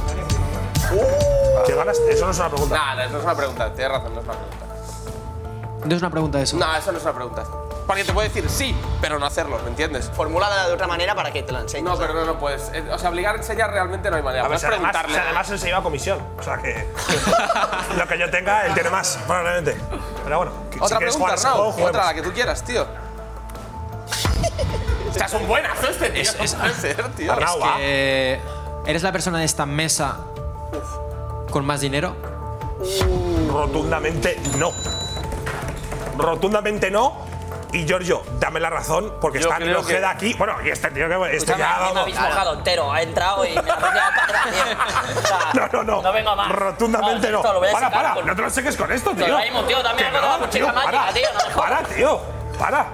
Speaker 4: nada. ¿Qué ganas? Eso no es una pregunta.
Speaker 1: No, no, eso no es una pregunta. Tienes razón, no es una pregunta.
Speaker 11: No es una pregunta eso.
Speaker 1: No, eso no es una pregunta. Porque te puede decir sí, pero no hacerlo, ¿me entiendes?
Speaker 10: Formúlala de otra manera para que te la enseñes.
Speaker 1: No, pero no, no puedes. Eh, O sea, obligar a enseñar realmente no hay manera.
Speaker 4: A ver,
Speaker 1: Puedes
Speaker 4: si además,
Speaker 1: preguntarle. ¿eh?
Speaker 4: si además él se iba a comisión. O sea que. lo que yo tenga, él tiene más, probablemente. Pero bueno, que- si
Speaker 1: Otra pregunta,
Speaker 4: quieres jugar a ese juego,
Speaker 1: Arnau.
Speaker 4: juguemos.
Speaker 1: Otra, la que tú quieras, tío. Estas son buenas, ¿no? Este tío.
Speaker 11: Es- es-
Speaker 1: no puede ser, tío.
Speaker 4: Arnau, va.
Speaker 11: Eh, ¿Eres la persona de esta mesa con más dinero?
Speaker 4: ah, Rotundamente no. Rotundamente no. Y Giorgio, dame la razón, porque
Speaker 9: Yo
Speaker 4: está en
Speaker 9: creo que-
Speaker 4: Ojeda aquí. Bueno, y este tío que. Este
Speaker 12: Escúchame,
Speaker 4: ya,
Speaker 12: a mí me
Speaker 4: vamos.
Speaker 12: habéis mojado entero. Ha entrado y me ha rodeado para atrás, tío. O sea,
Speaker 4: No, no, no.
Speaker 12: No vengo a más.
Speaker 4: Rotundamente no.
Speaker 12: esto lo voy a
Speaker 4: Para,
Speaker 12: sacar
Speaker 4: para,
Speaker 12: con-
Speaker 4: no te lo seques con esto,
Speaker 12: Te
Speaker 4: tío.
Speaker 12: va a ir un tío también
Speaker 4: Que
Speaker 12: con la
Speaker 4: no,
Speaker 12: cuchilla
Speaker 4: tío,
Speaker 12: mágica,
Speaker 4: para.
Speaker 12: tío, no me
Speaker 4: Para, tío. Para.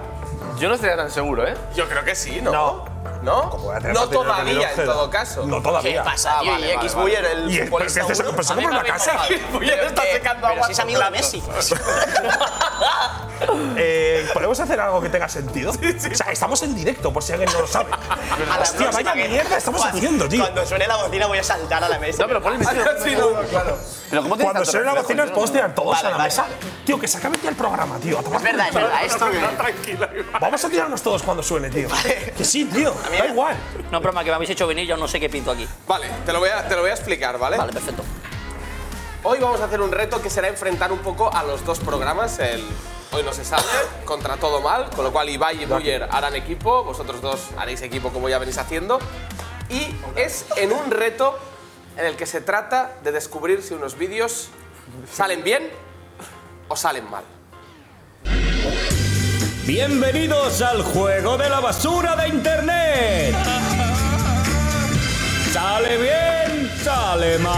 Speaker 9: Yo no estaría tan seguro, ¿eh?
Speaker 1: Yo creo que sí, ¿no? No. ¿No?
Speaker 4: tener
Speaker 1: No
Speaker 4: partido de
Speaker 1: todavía, en
Speaker 4: Cero?
Speaker 1: todo caso. Ah,
Speaker 4: No todavía.
Speaker 1: ¿Qué pasa,
Speaker 10: Ah,
Speaker 1: tío? ¿Y X Buller, el
Speaker 4: ¿Y
Speaker 1: futbolista
Speaker 4: pero qué haces?
Speaker 1: uno?
Speaker 4: Pues
Speaker 1: A mí
Speaker 4: somos
Speaker 1: me
Speaker 4: una
Speaker 1: habéis
Speaker 4: casa.
Speaker 1: mojado. Pero es que-
Speaker 10: Pero si es amigo de Messi.
Speaker 4: Eh, ¿Podemos hacer algo que tenga sentido? O sea, estamos en directo, por si alguien no lo sabe.
Speaker 10: A la
Speaker 4: Hostia,
Speaker 10: próxima
Speaker 4: vaya
Speaker 10: que-
Speaker 4: mierda estamos
Speaker 10: cuando-
Speaker 4: haciendo, tío.
Speaker 10: Cuando suene la bocina voy a saltar a la mesa.
Speaker 4: No, pero pon el micrófono. Ah, sí, no, no, claro.
Speaker 9: Pero ¿cómo
Speaker 4: Cuando suene la bocina, nos podemos tirar todos
Speaker 10: Vale,
Speaker 4: a la
Speaker 10: vale,
Speaker 4: mesa. Tío, que se acabe ya el programa, tío. A tomar
Speaker 10: Es verdad,
Speaker 4: por
Speaker 10: es
Speaker 4: culo.
Speaker 10: verdad, esto que-
Speaker 4: Tranquila, Vamos a tirarnos todos cuando suene, tío. Que sí, tío. Da igual.
Speaker 12: No, broma, que me habéis hecho venir, yo no sé qué pinto aquí.
Speaker 1: Vale, te lo, voy a, te lo voy a explicar, ¿vale? Vale,
Speaker 12: perfecto.
Speaker 1: Hoy vamos a hacer un reto que será enfrentar un poco a los dos programas, el Hoy no se sale, contra todo mal, con lo cual Ibai y Buller harán equipo, vosotros dos haréis equipo como ya venís haciendo, y es en un reto en el que se trata de descubrir si unos vídeos salen bien o salen mal.
Speaker 13: Bienvenidos al juego de la basura de internet. Sale bien, sale mal.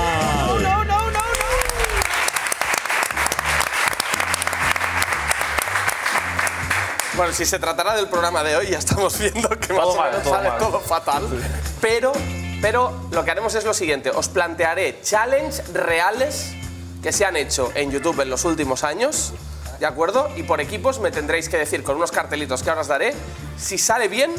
Speaker 1: Bueno, si se tratará del programa de hoy, ya estamos viendo que más o
Speaker 9: mal,
Speaker 1: menos
Speaker 9: todo
Speaker 1: sale
Speaker 9: mal.
Speaker 1: todo fatal. Pero, pero lo que haremos es lo siguiente: os plantearé challenges reales que se han hecho en YouTube en los últimos años, ¿de acuerdo? Y por equipos me tendréis que decir con unos cartelitos que ahora os daré si sale bien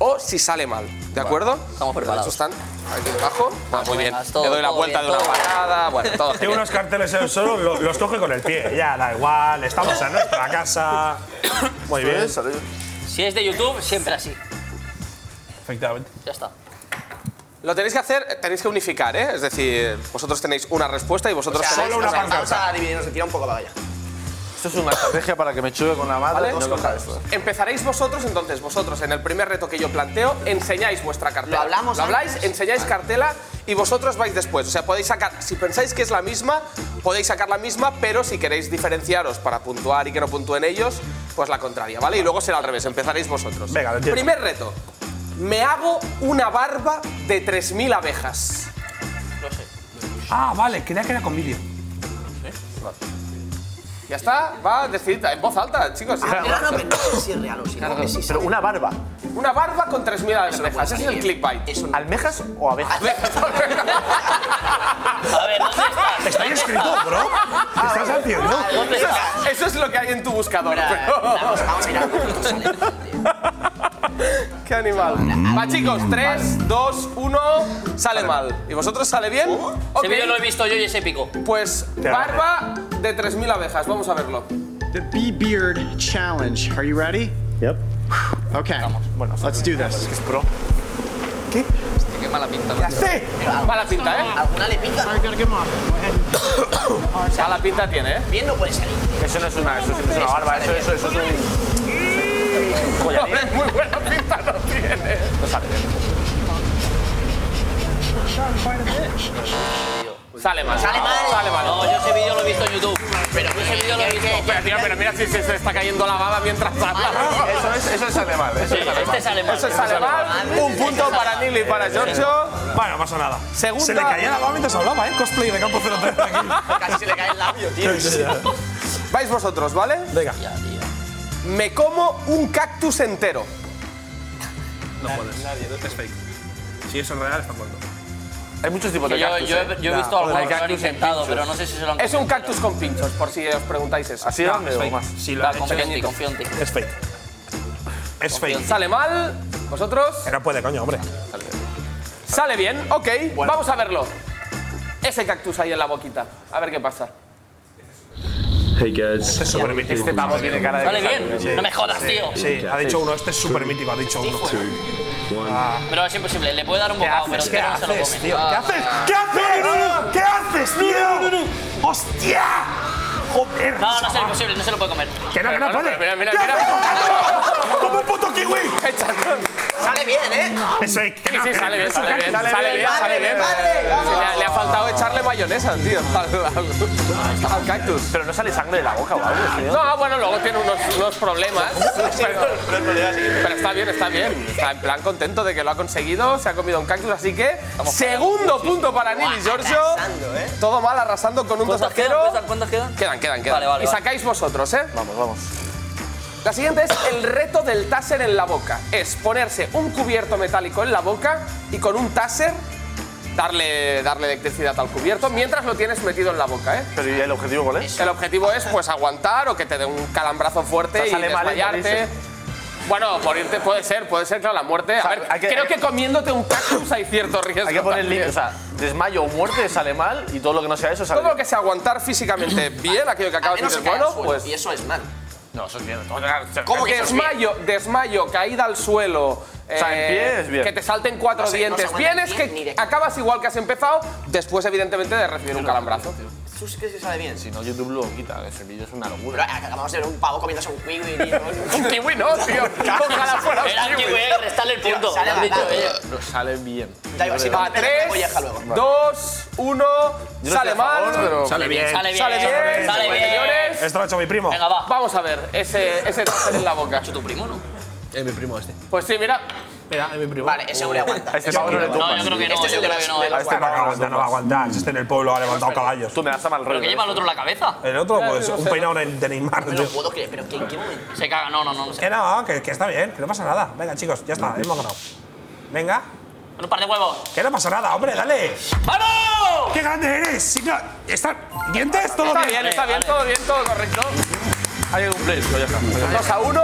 Speaker 1: o si sale mal, ¿de acuerdo? Estamos
Speaker 12: preparados.
Speaker 1: están aquí debajo. Ah, muy bien.
Speaker 12: venga, todo-
Speaker 1: Le doy la
Speaker 12: todo
Speaker 1: vuelta
Speaker 12: bien,
Speaker 1: de una
Speaker 12: todo bien.
Speaker 1: parada. Bueno, todo
Speaker 4: Tengo
Speaker 1: genial.
Speaker 4: unos carteles en el suelo, lo- los coge con el pie. Ya, da igual. Estamos en nuestra casa. Muy bien.
Speaker 12: Si es de YouTube, siempre así.
Speaker 4: Efectivamente.
Speaker 12: Ya está.
Speaker 1: Lo tenéis que hacer, tenéis que unificar, ¿eh? Es decir, vosotros tenéis una respuesta y vosotros tenéis
Speaker 10: o sea, Vamos a dividirnos y tirar un poco para allá.
Speaker 9: Esto es una estrategia para que me chuve con la madre.
Speaker 1: ¿Vale?
Speaker 9: No coja esto.
Speaker 1: Empezaréis vosotros, entonces vosotros en el primer reto que yo planteo, enseñáis vuestra cartela.
Speaker 10: Lo hablamos
Speaker 1: habláis,
Speaker 10: antes.
Speaker 1: enseñáis cartela y vosotros vais después. O sea, podéis sacar, si pensáis que es la misma, podéis sacar la misma, pero si queréis diferenciaros para puntuar y que no puntúen ellos, pues la contraria, ¿vale? Y luego será al revés, empezaréis vosotros.
Speaker 4: Venga, lo entiendo.
Speaker 1: Primer reto. Me hago una barba de 3.000 abejas.
Speaker 4: Ah, vale, creía que era con vídeo.
Speaker 1: Ya está, va, decid en voz alta, chicos.
Speaker 10: Pero no, pero no sé si es real o si no. que sí sale.
Speaker 9: una barba.
Speaker 1: Una barba con 3.000 abejas, ese es el clickbait.
Speaker 9: ¿Almejas o abejas?
Speaker 12: A ver, ¿dónde estás?
Speaker 4: Está ahí escrito, bro. ¿Qué estás haciendo?
Speaker 12: ¿Dónde
Speaker 1: Eso
Speaker 12: estás?
Speaker 1: es, eso es lo que hay en tu buscador. pero-
Speaker 10: Vamos, vamos a ir a-
Speaker 1: ¡Qué animal!
Speaker 12: Mm,
Speaker 1: Va, chicos, 3, 2, 1, sale mal. ¿Y vosotros sale bien? Ok.
Speaker 12: Ese vídeo lo he visto yo y es épico.
Speaker 1: Pues barba de 3.000 abejas, vamos a verlo.
Speaker 14: The Bee Beard Challenge. Are you ready? Yep. Okay. Let's do this.
Speaker 3: Qué mala pinta.
Speaker 1: Mala pinta, ¿eh?
Speaker 10: Alguna le pica.
Speaker 1: Mala pinta tiene, ¿eh?
Speaker 10: Bien no puede salir.
Speaker 9: Eso no es una, eso, no es una barba, eso, eso, eso es un. Joyería.
Speaker 1: Joder, muy buena pinta no tiene.
Speaker 9: No sale bien.
Speaker 1: Sale mal.
Speaker 12: Sale mal.
Speaker 1: Sale mal.
Speaker 12: No, yo ese vídeo lo he visto en YouTube. Pero ese vídeo lo he visto.
Speaker 1: Pero, tío, pero mira si se se está cayendo la baba mientras habla.
Speaker 9: Eso es, eso sale mal. Eso
Speaker 12: Sí,
Speaker 9: sale
Speaker 12: este
Speaker 9: mal.
Speaker 12: sale mal.
Speaker 1: Eso sale mal. Un punto para Nili y para Giorgio.
Speaker 4: Bueno, no pasa nada.
Speaker 1: Segunda-
Speaker 4: Se le caía la baba mientras hablaba, ¿eh? Cosplay de Campo 03 aquí.
Speaker 10: Casi se le cae el labio, tío.
Speaker 1: Vais vosotros, ¿vale?
Speaker 4: Venga.
Speaker 1: Me como un cactus entero.
Speaker 4: No puedes. Nadie, no es fake. Si eso es real, está muerto.
Speaker 9: Hay muchos tipos
Speaker 12: Que
Speaker 9: de
Speaker 12: yo,
Speaker 9: cactus.
Speaker 12: yo
Speaker 9: ¿eh?
Speaker 12: he- yo he
Speaker 9: Nah,
Speaker 12: visto algunos
Speaker 9: joder,
Speaker 12: que
Speaker 9: hay
Speaker 12: lo han
Speaker 9: cactus en
Speaker 12: intentado,
Speaker 9: pinchos.
Speaker 12: pero no sé si se lo han
Speaker 1: Es un cactus con pinchos, por si os preguntáis eso.
Speaker 9: ¿Así grande o
Speaker 4: fake.
Speaker 9: más?
Speaker 4: Si lo
Speaker 12: Va,
Speaker 4: han hecho,
Speaker 12: confío en ti,
Speaker 4: Cañito.
Speaker 12: confío en ti.
Speaker 4: Es fake. Es fake.
Speaker 1: Sale mal. ¿Vosotros?
Speaker 4: Que no puede, coño, hombre.
Speaker 1: Sale bien, ok. Vamos a verlo. Ese cactus ahí en la boquita. A ver qué pasa.
Speaker 15: Hey guys.
Speaker 9: Este pavo tiene cara de.
Speaker 12: Sale
Speaker 9: que sale
Speaker 12: bien. No me jodas, tío.
Speaker 4: Sí, ha dicho uno, este es súper mítico, ha dicho uno.
Speaker 12: Pero es imposible. Le puedo dar un bocado, pero
Speaker 4: haces?
Speaker 12: entero
Speaker 4: ¿Qué
Speaker 12: no se lo
Speaker 4: haces,
Speaker 12: come.
Speaker 4: tío? ¿Qué haces? ¿Qué haces? ¿Qué haces, tío? ¡Hostia! ¡Joder!
Speaker 12: No, no es imposible. No se lo puede comer.
Speaker 4: Que no, que no puede.
Speaker 1: Mira, mira,
Speaker 4: ¿Qué
Speaker 1: mira.
Speaker 4: haces? ¡Como un puto kiwi!
Speaker 1: Échalo.
Speaker 10: Sale bien, ¿eh?
Speaker 4: Eso es.
Speaker 9: Ah,
Speaker 2: Sí, sí, sale bien, sale bien. Sale bien,
Speaker 1: Madre,
Speaker 2: sale bien.
Speaker 1: madre,
Speaker 2: Sí, le ha- Le ha faltado echar.
Speaker 1: echarle mayonesa, tío, al, al- al cactus.
Speaker 9: Pero no sale sangre de la boca o algo. tío.
Speaker 2: No, bueno, luego tiene unos, unos problemas. pero,
Speaker 1: pero está bien, está bien. Está en plan contento de que lo ha conseguido, se ha comido un cactus, así que segundo punto para Nini Giorgio. Todo mal arrasando con un
Speaker 12: ¿eh? ¿Cuántas quedan?
Speaker 1: tostajero.
Speaker 12: ¿Cuántas- ¿Cuántas quedan?
Speaker 1: Quedan, quedan, quedan.
Speaker 12: Vale, vale,
Speaker 1: y
Speaker 12: vale.
Speaker 1: sacáis vosotros, ¿eh?
Speaker 9: Vamos, vamos.
Speaker 1: La siguiente es el reto del taser en la boca. Es ponerse un cubierto metálico en la boca y con un taser darle, darle electricidad al cubierto mientras lo tienes metido en la boca, ¿eh?
Speaker 9: Pero ¿y el objetivo cuál es?
Speaker 1: El objetivo es pues aguantar o que te dé un calambrazo fuerte
Speaker 9: O sea,
Speaker 1: y
Speaker 9: sale mal y
Speaker 1: desmayarte.
Speaker 9: morirse.
Speaker 1: Bueno, morirte puede ser, puede ser, claro, la muerte. A ver,
Speaker 9: hay que-
Speaker 1: creo
Speaker 9: hay-
Speaker 1: que comiéndote un cactus hay cierto riesgo.
Speaker 9: Hay que poner
Speaker 1: también.
Speaker 9: límite. O sea, desmayo o muerte sale mal y todo lo que no sea eso sale
Speaker 1: Todo lo que sea aguantar físicamente bien aquello que acabas de
Speaker 10: menos
Speaker 1: decir,
Speaker 10: que
Speaker 1: bueno,
Speaker 10: caiga al suelo,
Speaker 1: pues...
Speaker 10: Y eso es mal.
Speaker 9: No, eso es bien.
Speaker 1: Como
Speaker 10: que eso es
Speaker 1: desmayo, desmayo, caída al suelo. eh,
Speaker 9: sea, en pie es bien.
Speaker 1: Que te salten cuatro
Speaker 10: No sé, no se
Speaker 1: dientes.
Speaker 10: aguanta
Speaker 1: bien es
Speaker 10: ni
Speaker 1: que
Speaker 10: bien ni de-
Speaker 1: acabas igual que has empezado, después, evidentemente, de recibir un calambrazo.
Speaker 10: ¿Tú crees que sale bien?
Speaker 9: Si no, YouTube lo quita. Ese vídeo es una
Speaker 10: Pero ah,
Speaker 9: locura.
Speaker 10: acabamos de ver un pavo comiéndose un ¿eh? kiwi.
Speaker 1: Un kiwi no, tío. Ojalá fuera un
Speaker 12: Era el kiwi, eh, restale el punto.
Speaker 10: Sale
Speaker 12: Lo has dicho,
Speaker 10: barato.
Speaker 12: eh.
Speaker 9: No sale bien.
Speaker 10: Da igual, si
Speaker 1: Va,
Speaker 10: no, pero me
Speaker 1: tres,
Speaker 10: voy a dejar luego.
Speaker 1: dos, uno.
Speaker 9: Yo no
Speaker 1: Sale
Speaker 9: estoy a
Speaker 1: mal.
Speaker 9: favor, pero-
Speaker 4: Sale bien.
Speaker 12: Sale bien,
Speaker 1: Sale bien.
Speaker 12: sale bien.
Speaker 1: Señores,
Speaker 4: Esto lo ha hecho mi primo.
Speaker 12: Venga, va.
Speaker 1: vamos a ver ese, ese taser en la boca.
Speaker 12: ¿Tu primo, no?
Speaker 16: Es mi primo este.
Speaker 1: Pues sí, mira.
Speaker 16: Mira, es mi primo.
Speaker 10: Vale, ese hombre aguanta.
Speaker 9: A este pavo no le
Speaker 12: No,
Speaker 9: tumbas.
Speaker 12: yo creo que no,
Speaker 10: Este
Speaker 12: yo
Speaker 10: seguro eh.
Speaker 12: creo que no.
Speaker 10: es de
Speaker 9: A
Speaker 10: los
Speaker 9: este
Speaker 4: No va a
Speaker 9: pavo no le
Speaker 4: aguantar, no va a aguantar. Si este en el pueblo ha levantado caballos.
Speaker 9: Tú me das a mal rollo.
Speaker 12: ¿Pero que lleva el otro en la cabeza?
Speaker 4: El otro, pues, un peinado de Neymar.
Speaker 10: No me
Speaker 4: tío.
Speaker 10: lo puedo creer, pero ¿qué- ¿en qué momento?
Speaker 12: Se caga, no, no, no. no se-
Speaker 4: Que no, que, que está bien, que no pasa nada. Venga, chicos, ya está, hemos ganado. Venga,
Speaker 12: Un par de huevos.
Speaker 4: que no pasa nada, hombre, dale.
Speaker 12: ¡Vamos!
Speaker 4: ¡Qué grande eres! Sí, claro. ¿Están dientes? Todo
Speaker 1: Está
Speaker 4: bien.
Speaker 1: bien, está bien, todo bien, todo correcto.
Speaker 9: Hay un play, pero ya está. Pues
Speaker 1: Dos a uno.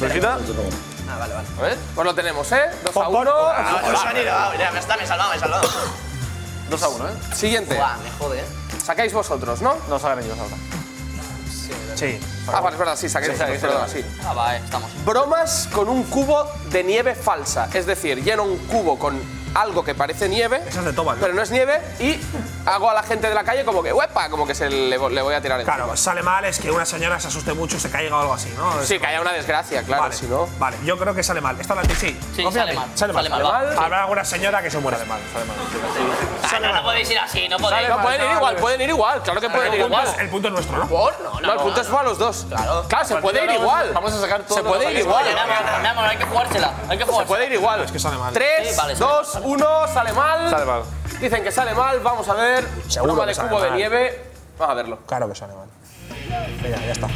Speaker 9: Fresquita.
Speaker 1: A ver, pues lo tenemos, ¿eh? Dos a
Speaker 4: Pon, pon,
Speaker 1: uno.
Speaker 10: No, no se han ido. ah, Ya está, me he salvado, me he salvado.
Speaker 9: 2 a 1, ¿eh?
Speaker 1: Siguiente.
Speaker 10: Buah, me jode, eh.
Speaker 1: Sacáis vosotros, ¿no?
Speaker 9: No saben ellos ahora.
Speaker 4: Sí.
Speaker 1: Ah, vale, es verdad, sí, saqué
Speaker 9: Sí, sí,
Speaker 1: perdona,
Speaker 9: sí.
Speaker 1: sí.
Speaker 12: Ah, va, eh, estamos.
Speaker 1: Bromas con un cubo de nieve falsa. Es decir, lleno un cubo con algo que parece nieve,
Speaker 4: Esa es de Tobal.
Speaker 1: pero no es nieve, y hago a la gente de la calle como que, ¡wepa! Como que se le, vo- le voy a tirar encima.
Speaker 4: Claro, sale mal es que una señora se asuste mucho, se caiga o algo así, ¿no?
Speaker 1: Sí, que haya una desgracia, claro,
Speaker 4: vale,
Speaker 1: si no.
Speaker 4: Vale, yo creo que sale mal. Esta la sí.
Speaker 12: Sí,
Speaker 4: confía en
Speaker 12: sale
Speaker 4: mí,
Speaker 12: mal,
Speaker 4: Sale mal.
Speaker 12: sale mal,
Speaker 1: va.
Speaker 4: Habrá alguna señora que se muera de mal. Sale mal.
Speaker 12: Ah, no, no podéis ir así, no podéis.
Speaker 1: No, pueden ir igual, pueden ir igual, claro que pueden ir
Speaker 4: El punto
Speaker 1: igual.
Speaker 4: es- El punto es nuestro, ¿no?
Speaker 1: ¿Por? No, el punto es para los dos. Claro, se puede ir igual.
Speaker 9: Vamos a sacar todo.
Speaker 1: Se puede ir igual.
Speaker 12: Oye, Namo, Namo, hay que jugársela. Hay que
Speaker 1: Se
Speaker 12: jugársela.
Speaker 1: puede ir igual.
Speaker 4: Es que sale mal.
Speaker 1: Tres,
Speaker 12: Sí, vale, sale
Speaker 1: dos, uno, sale mal.
Speaker 9: Sale mal.
Speaker 1: Dicen que sale mal, vamos a ver.
Speaker 4: Seguro
Speaker 1: Broma
Speaker 4: que
Speaker 1: de
Speaker 4: sale
Speaker 1: cubo de
Speaker 4: mal.
Speaker 1: nieve. Vamos a verlo.
Speaker 4: Claro que sale mal. Mira, ya está.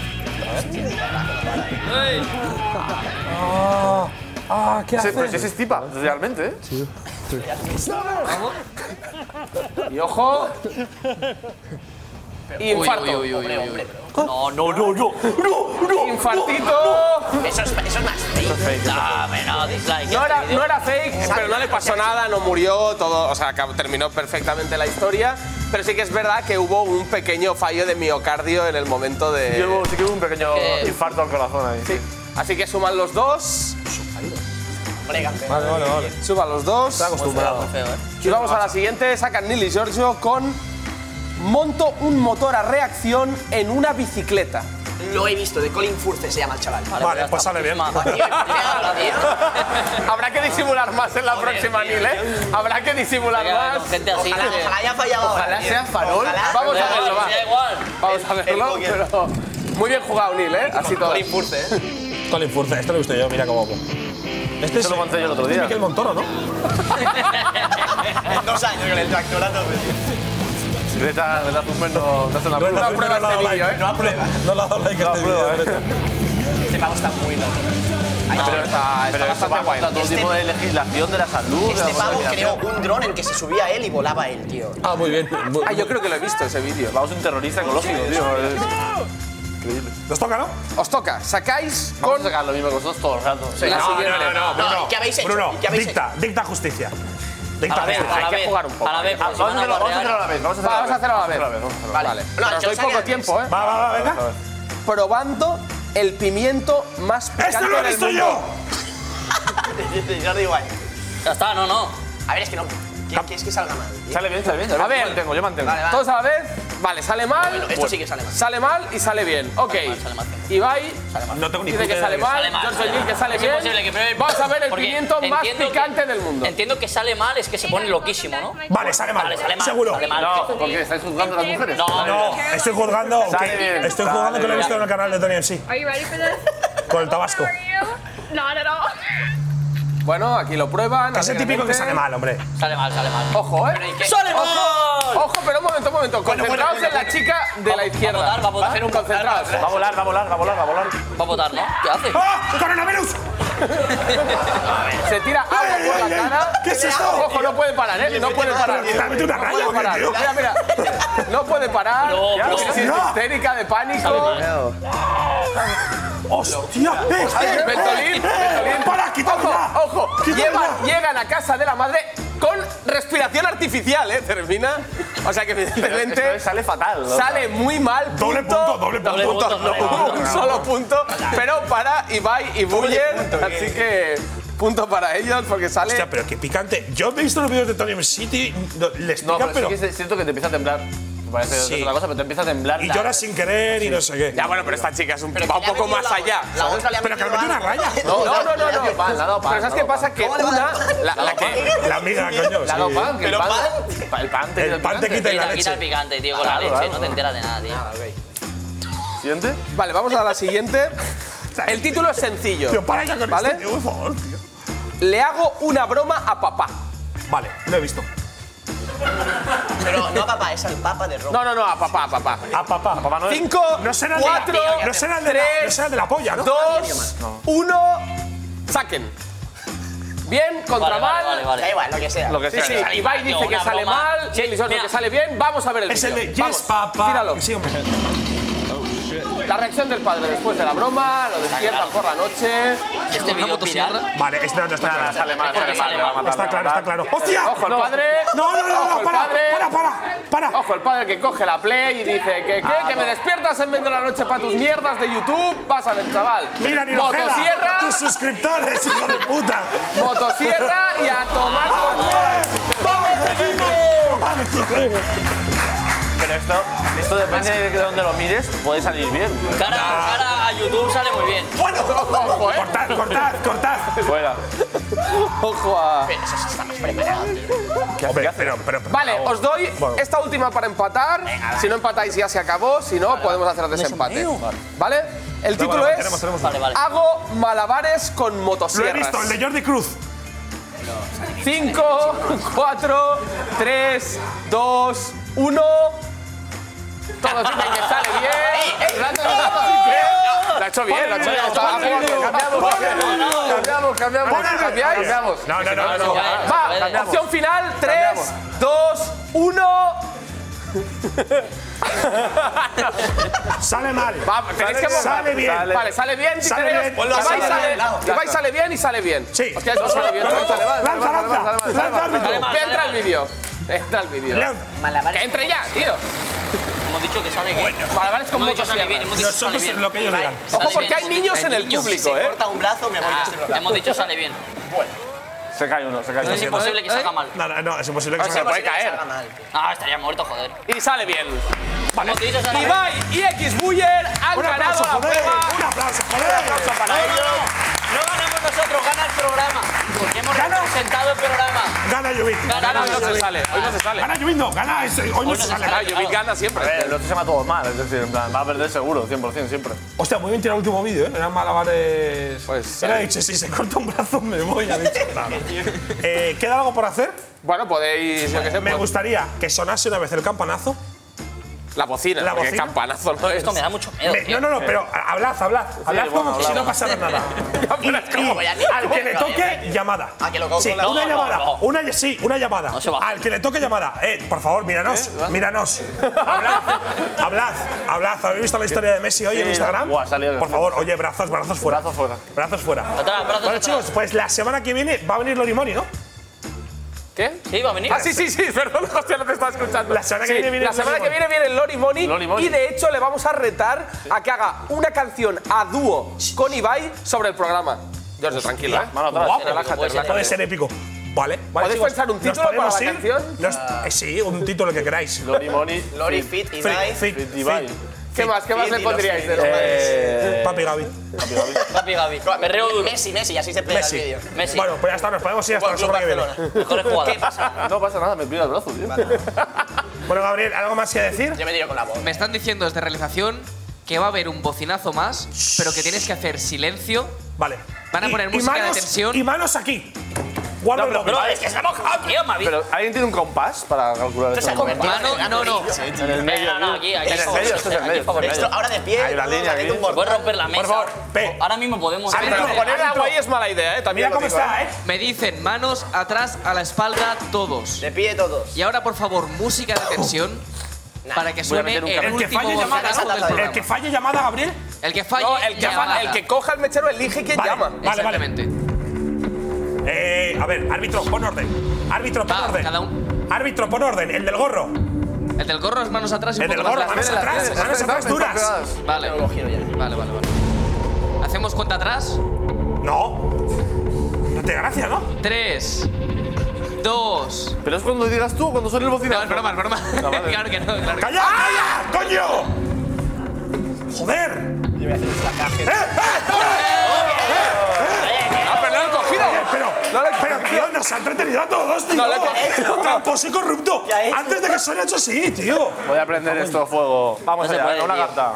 Speaker 4: Ah, ah, ¿qué
Speaker 9: Sí, pero
Speaker 4: haces?
Speaker 9: si ese es tipa, realmente, ¿eh?
Speaker 1: Y ojo.
Speaker 12: Uy,
Speaker 1: Infarto.
Speaker 12: uy, uy, uy, uy, uy. No, no.
Speaker 9: No, no, no. No, no.
Speaker 1: Infartito.
Speaker 10: Eso es eso es más fake.
Speaker 12: No, me no, dislike.
Speaker 1: No era,
Speaker 12: este
Speaker 1: no
Speaker 12: vídeo.
Speaker 1: era fake, pero no le pasó nada, no murió, todo, o sea, acabó- terminó perfectamente la historia. Pero sí que es verdad que hubo un pequeño fallo de miocardio en el momento de.
Speaker 9: Yo sí que hubo un pequeño
Speaker 12: Eh,
Speaker 9: infarto al corazón ahí.
Speaker 1: Sí. Así que suman los dos.
Speaker 10: Hombre, campeón.
Speaker 4: Vale, vale, vale.
Speaker 1: Suman los dos.
Speaker 12: Muy feo, eh.
Speaker 1: Y vamos a la siguiente, sacan Neil y Giorgio con monto un motor a reacción en una bicicleta.
Speaker 10: Lo he visto, de Colin Furce se llama el chaval.
Speaker 12: Vale,
Speaker 4: Vale,
Speaker 12: pero
Speaker 4: pues
Speaker 12: está
Speaker 4: sale bien.
Speaker 12: muchísima
Speaker 10: Tío, cuidado, tío.
Speaker 1: Habrá que disimular más en la
Speaker 12: Joder,
Speaker 1: próxima,
Speaker 12: tío,
Speaker 1: Neil, ¿eh? Habrá que disimular
Speaker 12: Venga, con
Speaker 1: más.
Speaker 12: gente así.
Speaker 10: Ojalá,
Speaker 12: tío.
Speaker 10: ojalá haya fallado.
Speaker 1: Ojalá
Speaker 10: ahora, tío.
Speaker 1: sea farol.
Speaker 10: Ojalá.
Speaker 1: Vamos a
Speaker 12: Da
Speaker 1: verlo,
Speaker 12: igual,
Speaker 1: va.
Speaker 12: da igual.
Speaker 1: Vamos a verlo,
Speaker 10: el
Speaker 1: pero. Muy bien jugado, Neil, ¿eh? Así todo.
Speaker 4: Colin Furze, este lo he visto yo, mira cómo. Este
Speaker 9: Eso lo conté yo el otro
Speaker 4: este es
Speaker 9: día.
Speaker 4: Miquel Montoro, ¿no?
Speaker 10: En dos años con el pues. tractorato.
Speaker 9: Greta, Greta Thunberg no, no hace la
Speaker 4: Greta
Speaker 9: prueba.
Speaker 4: Thunberg no le ha dado like.
Speaker 10: No aprueba.
Speaker 4: No le ha dado like a este
Speaker 9: prueba,
Speaker 4: vídeo, Greta.
Speaker 10: Este pavo está muy loco. Ay,
Speaker 9: Pero está,
Speaker 1: está
Speaker 9: pero eso
Speaker 1: bastante
Speaker 9: va
Speaker 1: guay.
Speaker 9: contra todo
Speaker 10: Este-
Speaker 9: tipo de legislación de la salud. de
Speaker 10: Este
Speaker 9: la
Speaker 10: pavo creó
Speaker 9: contaminación.
Speaker 10: un dron en que se subía él y volaba él, tío.
Speaker 4: Ah, muy bien. muy-
Speaker 1: Ah, yo creo que lo he visto ese vídeo.
Speaker 9: Vamos, un terrorista ecológico, tío. Es increíble.
Speaker 4: Nos toca, ¿no?
Speaker 1: Os toca, sacáis
Speaker 9: Vamos
Speaker 1: con
Speaker 9: a sacar lo mismo que vosotros todo el rato.
Speaker 1: la siguiente.
Speaker 10: No, ¿y qué habéis hecho?
Speaker 4: Ah, Bruno,
Speaker 10: ¿Y qué habéis
Speaker 4: dicta, dicta justicia. Dicta
Speaker 12: A la vez,
Speaker 4: justicia.
Speaker 12: a la
Speaker 1: que
Speaker 12: vez.
Speaker 1: jugar un poco.
Speaker 12: A la vez,
Speaker 9: Ah,
Speaker 12: porque
Speaker 10: pues,
Speaker 12: si
Speaker 9: Vamos a
Speaker 12: van a
Speaker 9: hacerlo vamos a
Speaker 12: guarrear-
Speaker 9: hacerlo a la vez. Vamos a
Speaker 1: Vale,
Speaker 9: hacerlo a la vez.
Speaker 1: vamos a hacerlo a la vez.
Speaker 9: Vamos a hacerlo a la
Speaker 1: Vale, pero os
Speaker 10: yo
Speaker 1: doy
Speaker 10: sabía
Speaker 1: poco
Speaker 10: que-
Speaker 1: tiempo, ¿eh?
Speaker 4: Va, va, va, venga.
Speaker 9: vez.
Speaker 1: Probando el pimiento más picante
Speaker 4: ¡Este lo he
Speaker 1: del
Speaker 4: visto
Speaker 1: mundo.
Speaker 4: yo!
Speaker 10: hecho? Jordi igual.
Speaker 12: Ya está, no, no.
Speaker 10: A ver, eh. es que no. ¿Qué, qué es que salga mal? tío?
Speaker 9: Sale bien, sale bien. sale
Speaker 1: A
Speaker 9: bien.
Speaker 1: ver.
Speaker 9: Yo mantengo, yo mantengo.
Speaker 10: Vale, vale.
Speaker 1: Todos a la vez. Vale, sale mal.
Speaker 12: Bueno, esto sí que sale mal.
Speaker 1: Sale mal y sale bien. Ok. Ibai
Speaker 4: No tengo ni
Speaker 1: dice
Speaker 4: puta
Speaker 1: que
Speaker 4: idea
Speaker 1: sale
Speaker 4: de lo
Speaker 1: mal.
Speaker 12: Sale mal,
Speaker 1: George
Speaker 12: sale
Speaker 1: O'Neill
Speaker 12: mal.
Speaker 1: que sale
Speaker 12: Es
Speaker 1: bien.
Speaker 12: imposible que pruebe-
Speaker 1: Vamos a ver el
Speaker 12: porque
Speaker 1: pimiento más
Speaker 12: entiendo que-
Speaker 1: picante del mundo.
Speaker 12: Entiendo que sale mal, es que se pone loquísimo, ¿no?
Speaker 4: Vale, sale mal.
Speaker 12: Vale, sale mal.
Speaker 4: Seguro.
Speaker 12: Sale mal.
Speaker 1: No, porque estáis juzgando a las mujeres.
Speaker 12: No,
Speaker 4: No, estoy juzgando.
Speaker 1: Sale
Speaker 4: que-
Speaker 1: bien,
Speaker 4: estoy
Speaker 1: sale
Speaker 4: jugando que lo he
Speaker 1: bien.
Speaker 4: visto en el canal de Tony en sí.
Speaker 17: Are you ready for this?
Speaker 4: Con el Tabasco.
Speaker 17: Not at all.
Speaker 1: Bueno, aquí lo prueban.
Speaker 4: Que es el típico que sale mal, hombre.
Speaker 12: Sale mal, sale mal.
Speaker 1: Ojo, ¿eh?
Speaker 12: ¡Sale mal!
Speaker 1: Ojo, ojo, pero un momento, un momento.
Speaker 12: Bueno, bueno,
Speaker 1: Concentraos
Speaker 12: bueno,
Speaker 1: en la
Speaker 12: bueno.
Speaker 1: chica de la izquierda.
Speaker 12: Va a votar, va a votar.
Speaker 1: ¿vale? Concentraos.
Speaker 9: Va a volar, va a volar, va a volar, va a volar.
Speaker 12: Va a votar, ¿no? ¿Qué hace?
Speaker 4: ¡Ah! ¡Coronavirus!
Speaker 1: Se tira agua por la cara.
Speaker 4: ¿Qué es esto?
Speaker 1: Ojo, no puede parar, ¿eh? No puede parar.
Speaker 4: Dame una
Speaker 1: No puede
Speaker 4: raya,
Speaker 1: parar.
Speaker 4: tío.
Speaker 1: Mira, mira. No puede parar.
Speaker 12: Bro, bro.
Speaker 1: Crisis
Speaker 4: No.
Speaker 1: histérica de pánico.
Speaker 4: ¡Hostia! ¡Eh, eh,
Speaker 1: Ventolín,
Speaker 4: eh,
Speaker 1: Ventolín.
Speaker 4: eh! ¡Para, quítalo ya!
Speaker 1: Ojo, ojo.
Speaker 4: Quítalo
Speaker 1: Llevan-
Speaker 4: ya.
Speaker 1: llegan a casa de la madre con respiración artificial, ¿eh? Termina. O sea que evidentemente
Speaker 9: Sale fatal. ¿no?
Speaker 1: sale muy mal.
Speaker 4: Doble punto, doble punto.
Speaker 1: no, un solo punto, pero para Ibai y Buller, así que punto para ellos porque sale.
Speaker 4: Hostia, pero qué picante. Yo he visto los vídeos de Tony City, no, les
Speaker 9: No,
Speaker 4: pica,
Speaker 9: pero,
Speaker 4: pero.
Speaker 9: sí que siento que te empieza a temblar. Me parece que
Speaker 4: Sí.
Speaker 9: es otra cosa, pero te empieza a temblar.
Speaker 4: Y
Speaker 9: la-
Speaker 4: llora sin querer y no sé qué.
Speaker 1: Ya bueno, pero esta chica es un,
Speaker 12: Pero
Speaker 1: va
Speaker 12: que
Speaker 1: un
Speaker 12: le ha
Speaker 1: poco
Speaker 12: metido
Speaker 1: más
Speaker 12: la-
Speaker 1: allá.
Speaker 12: La otra le ha
Speaker 4: Pero que le
Speaker 12: metido
Speaker 4: mete una
Speaker 12: algo.
Speaker 4: raya.
Speaker 1: No, no, no, no.
Speaker 9: Le ha
Speaker 1: no.
Speaker 9: dado pan, le ha dado pan,
Speaker 1: pero ¿sabes qué
Speaker 9: le ha dado
Speaker 1: pasa? Que
Speaker 12: ¿Cómo le va a
Speaker 1: una,
Speaker 12: dar pan?
Speaker 1: la, la que...
Speaker 4: La amiga, coño.
Speaker 9: Le ha dado
Speaker 4: sí.
Speaker 9: pan, que el
Speaker 12: Pero
Speaker 9: pan.
Speaker 12: pan-
Speaker 9: El pan te quita
Speaker 4: El pan te quita y la
Speaker 12: Quita, quita el
Speaker 4: leche.
Speaker 12: picante, tío, con la
Speaker 9: Claro,
Speaker 12: leche.
Speaker 9: claro.
Speaker 12: No te enteras de nada, tío.
Speaker 9: ¿Siguiente?
Speaker 1: Vale, vamos a la siguiente. El título es sencillo.
Speaker 4: Tío, para ya con
Speaker 1: ¿Vale?
Speaker 4: esto, tío, por favor, tío.
Speaker 1: Le hago una broma a papá.
Speaker 4: Vale, lo he visto.
Speaker 12: Pero no, papá, es el papa de Roma.
Speaker 1: No, no, no, a papá, a papá.
Speaker 4: A papá. Papá Noel.
Speaker 1: Cinco,
Speaker 4: No será el de la-
Speaker 1: cuatro,
Speaker 4: no será el de la-
Speaker 1: tres,
Speaker 4: no será el de la polla, ¿no?
Speaker 1: Dos, uno, saquen. Bien, contra
Speaker 12: Vale,
Speaker 1: mal.
Speaker 12: vale, vale, vale.
Speaker 10: Da igual, lo que sea.
Speaker 9: Lo que
Speaker 1: Sí,
Speaker 9: sea.
Speaker 1: sí,
Speaker 12: sale
Speaker 1: Ibai
Speaker 12: mal, no,
Speaker 1: dice que
Speaker 12: una
Speaker 1: sale
Speaker 12: broma. este
Speaker 1: mal,
Speaker 12: Sí,
Speaker 1: sí, Eliseo dice
Speaker 12: mira.
Speaker 1: que sale bien, vamos a ver el
Speaker 4: Es el de
Speaker 1: vídeo.
Speaker 4: Yes,
Speaker 1: Vamos,
Speaker 4: papá.
Speaker 1: Tíralo.
Speaker 4: Sí, hombre.
Speaker 1: La reacción del padre después de la broma, lo despiertan por la noche.
Speaker 12: Este vídeo pirata.
Speaker 4: Vale, es- no, no está claro.
Speaker 9: Sale mal, sale mal. le va a matar,
Speaker 4: Está claro, está
Speaker 9: le va a matar.
Speaker 4: claro. ¡Hostia!
Speaker 1: Ojo, el padre.
Speaker 4: No, no, no,
Speaker 1: Ojo,
Speaker 4: no,
Speaker 1: el
Speaker 4: para,
Speaker 1: padre.
Speaker 4: para, para, para.
Speaker 1: Ojo, el padre que coge la play y dice que, ¿qué?
Speaker 4: Ah,
Speaker 1: que me despiertas en medio de la noche para tus mierdas de YouTube. Pásale, chaval.
Speaker 4: Mira, ni
Speaker 1: Motosierra,
Speaker 4: tus suscriptores, hijo de puta.
Speaker 1: motosierra y a tomar por culo.
Speaker 4: ¡Vamos, equipo!
Speaker 9: Pero esto, esto depende de dónde lo mires, puede salir bien.
Speaker 12: Cara, cara a YouTube sale muy bien.
Speaker 4: Bueno,
Speaker 1: Ojo, eh.
Speaker 4: cortad, cortad, cortad.
Speaker 9: Fuera.
Speaker 1: Ojo a.
Speaker 12: Pero eso sí está más preparado.
Speaker 4: Hombre, pero, pero, pero-
Speaker 1: Vale, os doy
Speaker 4: Bueno.
Speaker 1: esta última para empatar. Si no empatáis ya se acabó, si no podemos hacer desempate. ¿Vale? El título
Speaker 4: vale,
Speaker 1: es
Speaker 4: tenemos, tenemos.
Speaker 12: Vale, vale.
Speaker 1: Hago malabares con
Speaker 4: Lo he
Speaker 1: motosierras.
Speaker 4: visto, el de Jordi Cruz.
Speaker 1: 5, 4, 3, 2, 1. Todos dicen que sale bien. Gracias, gracias. Lo ha hecho bien, lo ha hecho bien. Está a favor. Cambiamos, cambiamos, cambiamos. Cambiamos.
Speaker 4: No, no, no, no.
Speaker 1: Va, opción final. 3, 2, 1.
Speaker 4: Sale mal.
Speaker 1: Va, tenéis que
Speaker 4: Sale bien.
Speaker 1: Vale, sale bien.
Speaker 4: Sale
Speaker 1: dice Leo.
Speaker 4: bien.
Speaker 1: Ibai
Speaker 4: Sale bien.
Speaker 1: sale- Ibai sale bien y sale bien.
Speaker 4: Sí.
Speaker 1: Hostia, no sale bien.
Speaker 4: Lanza,
Speaker 1: Sale mal, sale
Speaker 4: lanza,
Speaker 1: mal, sale mal,
Speaker 4: lanza,
Speaker 1: sale mal,
Speaker 4: lanza,
Speaker 1: sale mal.
Speaker 4: árbitro.
Speaker 1: Ve, Entra el vídeo. Entra el vídeo.
Speaker 4: Lanza.
Speaker 1: Que entre ya, tío.
Speaker 12: Hemos dicho que sale bien.
Speaker 1: Malabares con
Speaker 12: Hemos dicho
Speaker 1: muchos
Speaker 12: sale bien, hemos dicho sale
Speaker 4: Nosotros
Speaker 12: bien.
Speaker 4: lo que ellos digan.
Speaker 1: Ojo,
Speaker 12: Sale
Speaker 1: porque
Speaker 12: bien.
Speaker 1: hay niños en el
Speaker 12: niños,
Speaker 1: público, ¿eh?
Speaker 10: Corta un brazo, me voy a
Speaker 12: Ah,
Speaker 10: este
Speaker 12: hemos dicho sale bien.
Speaker 9: Se cae uno, se cae
Speaker 12: No es
Speaker 9: uno.
Speaker 3: ¿Eh?
Speaker 12: imposible que salga mal.
Speaker 4: No, no, no, es imposible que
Speaker 1: O sea,
Speaker 4: salga
Speaker 1: puede
Speaker 4: mal.
Speaker 1: caer.
Speaker 12: Ah, estaría muerto, joder.
Speaker 1: Y sale bien.
Speaker 12: Hemos dicho sale bien.
Speaker 1: Ibai y X Buller han
Speaker 4: Un
Speaker 1: ganado
Speaker 4: aplauso,
Speaker 1: la
Speaker 4: joder.
Speaker 1: prueba.
Speaker 4: Un aplauso, joder. Un aplauso para ellos.
Speaker 12: No ganamos nosotros, gana el programa. Porque hemos
Speaker 4: Gana.
Speaker 12: representado el programa.
Speaker 4: Gana Jubit.
Speaker 1: Gana, hoy no se sale. Hoy no se sale.
Speaker 4: Gana Jubit, no. Gana ese. Hoy no se sale.
Speaker 1: Claro, Jovic gana
Speaker 9: A
Speaker 1: siempre.
Speaker 9: ver, Eh, el otro se llama todo mal, es decir, en plan, va a perder seguro, 100%, siempre.
Speaker 4: Hostia, muy bien tirado el último vídeo, ¿eh? Eran malabares.
Speaker 1: Pues,
Speaker 4: Era
Speaker 1: eh.
Speaker 4: dicho, si se corta un brazo me voy. ha dicho. Claro. Eh, ¿Queda algo por hacer?
Speaker 1: Bueno, podéis, yo que sé,
Speaker 4: Me
Speaker 1: pues,
Speaker 4: gustaría que sonase una vez el campanazo.
Speaker 1: la bocina.
Speaker 4: La
Speaker 1: porque
Speaker 4: bocina.
Speaker 1: campanazo no es.
Speaker 12: Esto me da mucho miedo.
Speaker 4: Me-
Speaker 12: tío.
Speaker 4: no, no, no, pero hablad, hablad. hablad
Speaker 9: bueno,
Speaker 4: como si
Speaker 9: hablamos.
Speaker 4: no pasara nada. y, y
Speaker 12: voy a-
Speaker 4: al que le
Speaker 12: ¿cómo?
Speaker 4: toque, llamada.
Speaker 10: Ah, que lo cojo
Speaker 4: sí,
Speaker 10: con la-
Speaker 4: una
Speaker 12: no,
Speaker 4: llamada.
Speaker 12: no.
Speaker 4: Una, sí, una llamada.
Speaker 12: No se va a hacer.
Speaker 4: al que le toque, llamada. Eh, por favor, míranos, míranos. hablad, hablad, hablad. ¿Habéis visto la historia de Messi hoy en
Speaker 9: Sí,
Speaker 4: Instagram?
Speaker 9: buah, ha salido.
Speaker 4: por favor, oye, brazos, brazos fuera.
Speaker 9: Brazos fuera.
Speaker 4: Brazos fuera.
Speaker 12: Atrás, brazos
Speaker 4: bueno,
Speaker 12: atrás.
Speaker 4: chicos, pues la semana que viene va a venir Lorimoni, ¿no?
Speaker 1: ¿Qué?
Speaker 12: Sí, va a venir.
Speaker 1: Ah, sí, sí, sí, perdón, hostia, no te estaba escuchando.
Speaker 4: La semana
Speaker 1: Sí,
Speaker 4: que viene viene
Speaker 1: la
Speaker 4: el
Speaker 1: semana
Speaker 4: Lori
Speaker 1: que viene Ah, viene el Lori Money,
Speaker 9: Lori Money.
Speaker 1: y de hecho le vamos a retar a que haga una canción a dúo con Ibai sobre el programa. Giorgio, tranquilo, ¿eh?
Speaker 9: Mano atrás.
Speaker 1: Relájate,
Speaker 12: Puede ser,
Speaker 1: relájate.
Speaker 4: Puede ser épico. Vale, vale.
Speaker 1: ¿Podéis
Speaker 4: chicos,
Speaker 1: pensar un
Speaker 4: ¿nos
Speaker 1: título para
Speaker 4: podemos
Speaker 1: la
Speaker 4: ir?
Speaker 1: canción?
Speaker 4: Nos- eh, sí, un título que queráis. Lori
Speaker 9: Money.
Speaker 10: Lori, Fit,
Speaker 4: y
Speaker 10: Ibai.
Speaker 4: Fit,
Speaker 10: Fit,
Speaker 4: Ibai.
Speaker 1: ¿Qué más? ¿Qué más
Speaker 10: Sí,
Speaker 1: le
Speaker 10: sí,
Speaker 1: pondríais
Speaker 10: sí.
Speaker 1: de los
Speaker 4: Eh, Papi Gaby.
Speaker 12: Papi Gaby. Me reo duro. Messi, Messi, así se pega
Speaker 4: Messi.
Speaker 12: el vídeo. Messi.
Speaker 4: Bueno, pues ya está, nos podemos ir hasta la
Speaker 12: Fútbol
Speaker 4: semana que
Speaker 12: Club
Speaker 4: viene.
Speaker 12: Mejores jugadores.
Speaker 4: ¿Qué pasa?
Speaker 9: No pasa nada, me pido el brazo, tío.
Speaker 4: Bueno, Gabriel, ¿algo más que decir?
Speaker 10: Yo me tiro con la voz.
Speaker 3: Me están diciendo desde realización que va a haber un bocinazo más, pero que tienes que hacer silencio.
Speaker 4: Vale.
Speaker 3: Van a poner
Speaker 4: y
Speaker 3: música de
Speaker 4: manos-
Speaker 3: tensión.
Speaker 4: Y manos aquí. Guarda el móvil.
Speaker 9: es que estamos Pero ¿alguien tiene un compás para calcular
Speaker 12: Esto
Speaker 9: esto?
Speaker 12: es el compás. Mano, no, no.
Speaker 3: eh,
Speaker 9: En el medio.
Speaker 12: No, no, aquí, aquí.
Speaker 9: En el medio, esto es el medio. esto es el medio.
Speaker 12: Ahora de pie.
Speaker 9: Hay una línea aquí.
Speaker 12: Puedes romper la mesa. Por favor, Ahora mismo podemos.
Speaker 1: Pero poner agua ahí es mala idea, ¿eh? También lo digo, ¿eh?
Speaker 3: Me dicen manos atrás a la espalda todos.
Speaker 10: De pie todos.
Speaker 3: Y ahora, por favor, música de tensión para que
Speaker 4: Voy a
Speaker 3: suene
Speaker 4: meter
Speaker 3: el,
Speaker 4: un café. El que
Speaker 3: último
Speaker 4: falle llamada,
Speaker 3: bocinazo
Speaker 4: ¿no?
Speaker 3: del
Speaker 4: El
Speaker 3: programa.
Speaker 4: que falle llamada, Gabriel.
Speaker 3: El que falle,
Speaker 1: No, el que,
Speaker 3: llamada.
Speaker 1: fa- el que coja el mechero elige quién
Speaker 4: Vale,
Speaker 1: llama.
Speaker 4: vale, vale. Eh, a ver, árbitro, pon orden. Árbitro, pon orden. Árbitro, pon orden. El del gorro.
Speaker 3: El del gorro es manos atrás y un
Speaker 4: El del
Speaker 3: poco más
Speaker 4: gorro,
Speaker 3: largo.
Speaker 4: manos atrás, manos atrás duras.
Speaker 3: Vale, vale, vale, vale. ¿Hacemos cuenta atrás?
Speaker 4: No. No te da gracia, ¿no?
Speaker 3: Tres, dos…
Speaker 9: Pero es cuando digas tú, cuando suene el bocinazo.
Speaker 3: No, es broma, es broma.
Speaker 4: Ah,
Speaker 3: claro que no, claro que
Speaker 4: ¡Calla, calla! ¡Coño! ¡Joder! Eh,
Speaker 1: Ah, pero no lo he cogido.
Speaker 4: Oye, Pero, pero, tío, nos han entretenido a todos, tío.
Speaker 1: No lo he cogido.
Speaker 4: Tramposo y corrupto. Antes de que suene hecho sí, tío.
Speaker 9: Voy a aprender esto a fuego. Vamos
Speaker 4: No se
Speaker 9: allá,
Speaker 4: puede,
Speaker 9: venga, una
Speaker 4: tío.
Speaker 9: carta.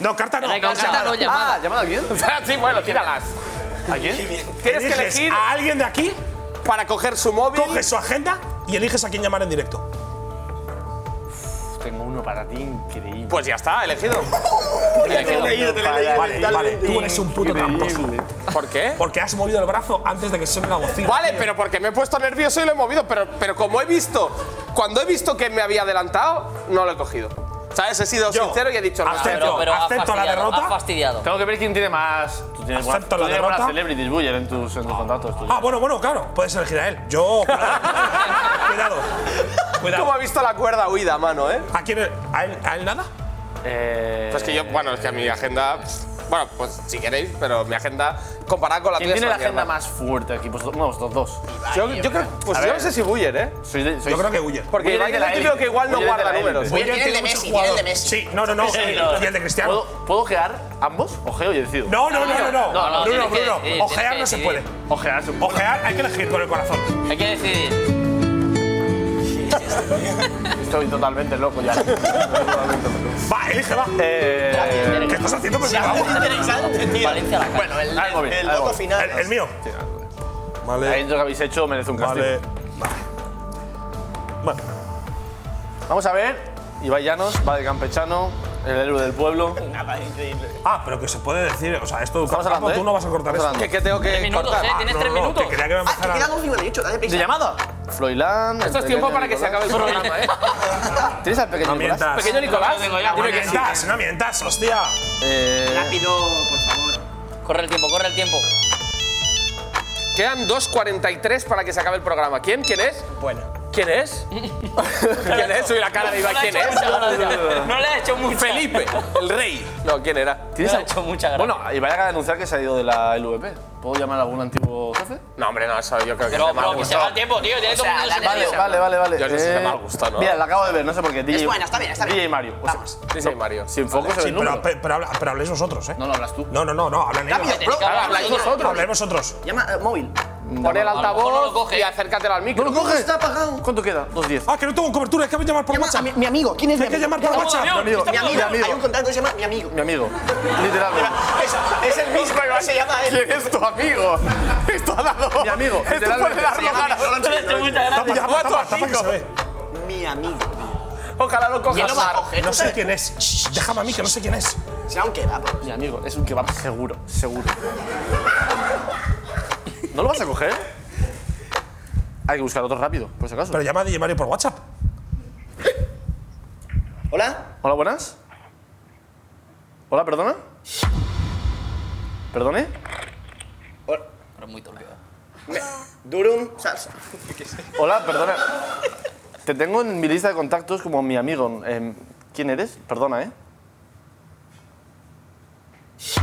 Speaker 4: No, carta no.
Speaker 9: Venga, carta no, llamada. Ah, ¿llamada a quién?
Speaker 1: sí, bueno, tíralas.
Speaker 9: ¿A quién?
Speaker 1: Tienes que
Speaker 4: Eliges
Speaker 1: elegir
Speaker 4: a alguien de aquí.
Speaker 1: Para coger su móvil.
Speaker 4: Coges su agenda y eliges a quién llamar en directo.
Speaker 9: Tengo uno para ti increíble.
Speaker 1: Pues ya está, elegido.
Speaker 4: Vale, vale. Tú eres un puto tramposo.
Speaker 1: ¿Por qué?
Speaker 4: Porque has movido el brazo antes de que suene la bocina.
Speaker 1: Vale,
Speaker 4: tío.
Speaker 1: pero porque me he puesto nervioso y lo he movido, pero, pero como he visto, cuando he visto que me había adelantado, no lo he cogido. ¿Sabes? He sido sincero y he dicho nada.
Speaker 4: acepto, acepto la derrota.
Speaker 12: fastidiado.
Speaker 9: Tengo que ver quién tiene más. Tú tienes más.
Speaker 4: Acepto la derrota.
Speaker 9: celebrities, Buller, en tus, en tus contactos. tú.
Speaker 4: Ah, bueno, bueno, claro. Puedes elegir a él. Yo. Cuidado. Cuidado.
Speaker 1: ¿Cómo ha visto la cuerda huida, mano, eh?
Speaker 4: ¿A quién? ¿A él, a él nada?
Speaker 9: Eh,
Speaker 1: Pues que yo, bueno, es que mi agenda. pff, Bueno, pues si queréis, pero mi agenda comparada con la
Speaker 9: ¿Quién
Speaker 1: tuya es
Speaker 9: tiene la
Speaker 1: una
Speaker 9: agenda
Speaker 1: mierda.
Speaker 9: más fuerte aquí? Vosotros, no, vosotros dos.
Speaker 1: Yo, yo creo. Pues
Speaker 9: A
Speaker 1: yo
Speaker 9: ver.
Speaker 1: no sé si Buller, eh.
Speaker 9: Sois de- sois-
Speaker 4: Yo creo que Huyer.
Speaker 1: Porque
Speaker 9: Buller
Speaker 1: Iván es
Speaker 9: es de la
Speaker 1: el típico
Speaker 9: élite.
Speaker 1: que igual no
Speaker 9: Buller es de
Speaker 1: guarda
Speaker 9: la élite.
Speaker 1: números.
Speaker 12: Tiene el de
Speaker 4: muchos
Speaker 12: Messi, tiene el de
Speaker 4: jugadores.
Speaker 12: Messi.
Speaker 4: Sí, no, no, no. Y el de Cristiano.
Speaker 9: ¿Puedo, ¿Puedo ojear ambos? Ojeo y decido.
Speaker 4: No, no, no, no, no.
Speaker 12: No,
Speaker 4: Bruno,
Speaker 12: no, tienes que
Speaker 4: Bruno.
Speaker 12: decidir,
Speaker 4: Ojear
Speaker 12: tienes
Speaker 4: no
Speaker 12: que
Speaker 4: se puede.
Speaker 12: decidir.
Speaker 9: Ojear es un
Speaker 4: Ojear hay que elegir con el corazón.
Speaker 12: Hay que decidir.
Speaker 9: Estoy totalmente loco ya.
Speaker 4: Va, elige, va.
Speaker 9: eh,
Speaker 4: ¿Qué estás haciendo? Pues,
Speaker 12: Se hace
Speaker 4: vamos.
Speaker 12: interesante, tío. Valencia a la cara.
Speaker 10: Bueno, el,
Speaker 9: Algo bien,
Speaker 10: el
Speaker 9: algo
Speaker 10: voto
Speaker 9: bien.
Speaker 10: final.
Speaker 4: El, el mío.
Speaker 9: Ahí
Speaker 4: Vale.
Speaker 9: lo que habéis hecho merece un castigo.
Speaker 4: Vale. Bueno,
Speaker 9: Vamos a ver. Ibai Llanos, va de campechano, el héroe del pueblo.
Speaker 10: Nada, increíble.
Speaker 4: ah, pero que se puede decir, o sea, esto
Speaker 9: Estamos hablando,
Speaker 4: tú
Speaker 9: ¿eh?
Speaker 4: no vas a cortar
Speaker 9: Estamos
Speaker 4: esto.
Speaker 9: hablando.
Speaker 1: Que, que tengo que
Speaker 12: Tres minutos,
Speaker 1: cortar.
Speaker 12: eh. Tienes
Speaker 4: No,
Speaker 12: tres
Speaker 4: no, no,
Speaker 12: minutos.
Speaker 4: que quería que me
Speaker 10: Ah, te
Speaker 4: empezara.
Speaker 10: quedan un 58, date prisa.
Speaker 9: ¿De llamada? Froilán.
Speaker 1: Esto es
Speaker 9: el
Speaker 1: tiempo
Speaker 9: pequeño
Speaker 1: para que se acabe
Speaker 9: Nicolás.
Speaker 1: el programa, eh.
Speaker 9: ¿Tienes al pequeño
Speaker 4: No
Speaker 9: Nicolás?
Speaker 4: mientas.
Speaker 1: Pequeño Nicolás.
Speaker 4: No mientas, no mientas, hostia.
Speaker 9: Eh,
Speaker 10: Rápido, por favor.
Speaker 12: Corre el tiempo, corre el tiempo.
Speaker 1: Quedan 2.43 para que se acabe el programa. ¿Quién? ¿Quién es?
Speaker 10: Bueno.
Speaker 1: ¿Quién es? ¿Quién es? Soy la cara de Ibai.
Speaker 12: No le ha
Speaker 1: ¿Quién
Speaker 12: hecho
Speaker 1: es?
Speaker 12: mucha gracia. No le ha hecho mucha
Speaker 1: Felipe, el rey. No, ¿quién era?
Speaker 12: No le ha hecho mucha gracia.
Speaker 9: bueno, Ibai acaba de anunciar que se ha ido de la LVP. ¿Puedo llamar a algún antiguo jefe?
Speaker 1: No, hombre, no, eso yo creo que es
Speaker 12: Pero,
Speaker 1: de mal
Speaker 12: bro, que se va
Speaker 1: gusto.
Speaker 12: el tiempo, tío. Tiene todo el
Speaker 10: sea,
Speaker 12: mundo
Speaker 10: la
Speaker 12: nervioso.
Speaker 10: nerviosa.
Speaker 9: Vale, vale, vale. Eh,
Speaker 1: Yo no sé si me ha gustado, ¿no?
Speaker 9: Mira, la acabo de ver, no sé por qué. DJ,
Speaker 10: buena, está bien, está bien.
Speaker 9: DJ Mario. O sea,
Speaker 10: Vamos.
Speaker 1: Sí, sí, Mario.
Speaker 9: sin foco se ve
Speaker 4: Sí,
Speaker 9: el
Speaker 4: pero,
Speaker 9: número.
Speaker 4: pero, habla- pero habléis vosotros, ¿eh?
Speaker 9: No lo hablas tú.
Speaker 4: No, no, no, no, hablan ellos.
Speaker 10: Rápido, bro.
Speaker 1: Ahora habláis vosotros.
Speaker 4: Habláis vosotros.
Speaker 10: Llama eh, móvil.
Speaker 1: Pon el
Speaker 12: mejor no lo
Speaker 1: altavoz
Speaker 12: coge.
Speaker 1: y acércatelo al micro.
Speaker 9: coges?
Speaker 10: Está apagado.
Speaker 9: ¿Cuánto queda? 2.10.
Speaker 4: Ah, que no tengo cobertura, es que voy a llamar por
Speaker 10: Llama a
Speaker 4: WhatsApp.
Speaker 10: mi, mi amigo. ¿Quién es mi
Speaker 4: Hay que
Speaker 10: amigo?
Speaker 4: llamar por WhatsApp.
Speaker 9: Mi amigo,
Speaker 10: Mi amigo.
Speaker 9: mi amigo.
Speaker 10: Hay un contacto que se llama mi amigo.
Speaker 9: Mi amigo. Literalmente.
Speaker 10: Es, es el mismo que se llama él.
Speaker 9: ¿Quién es tu amigo? Esto ha dado. Mi amigo. Literalmente.
Speaker 12: No le ha hecho mucha gracia.
Speaker 4: Tapa, tapa, tapa, tapa que se ve.
Speaker 10: Mi amigo.
Speaker 1: Ojalá lo
Speaker 10: ¿Quién
Speaker 1: cojas.
Speaker 10: lo va a coger?
Speaker 4: No sé quién es. Shh, Déjame a mí, que no sé quién es.
Speaker 10: Será un kebab.
Speaker 9: Mi amigo, es un kebab seguro, seguro. ¿No lo vas a coger? Hay que buscar otro rápido, por si acaso.
Speaker 4: Pero llama a DJ Mario por WhatsApp.
Speaker 10: ¿Hola?
Speaker 9: Hola, buenas. Hola, perdona. ¿Perdone?
Speaker 10: Hola.
Speaker 12: Pero muy turbio.
Speaker 10: Me- Durum salsa.
Speaker 9: Hola, perdona. Te tengo en mi lista de contactos como mi amigo. Em, ¿eh? ¿Quién eres? Perdona, ¿eh?
Speaker 12: Sí,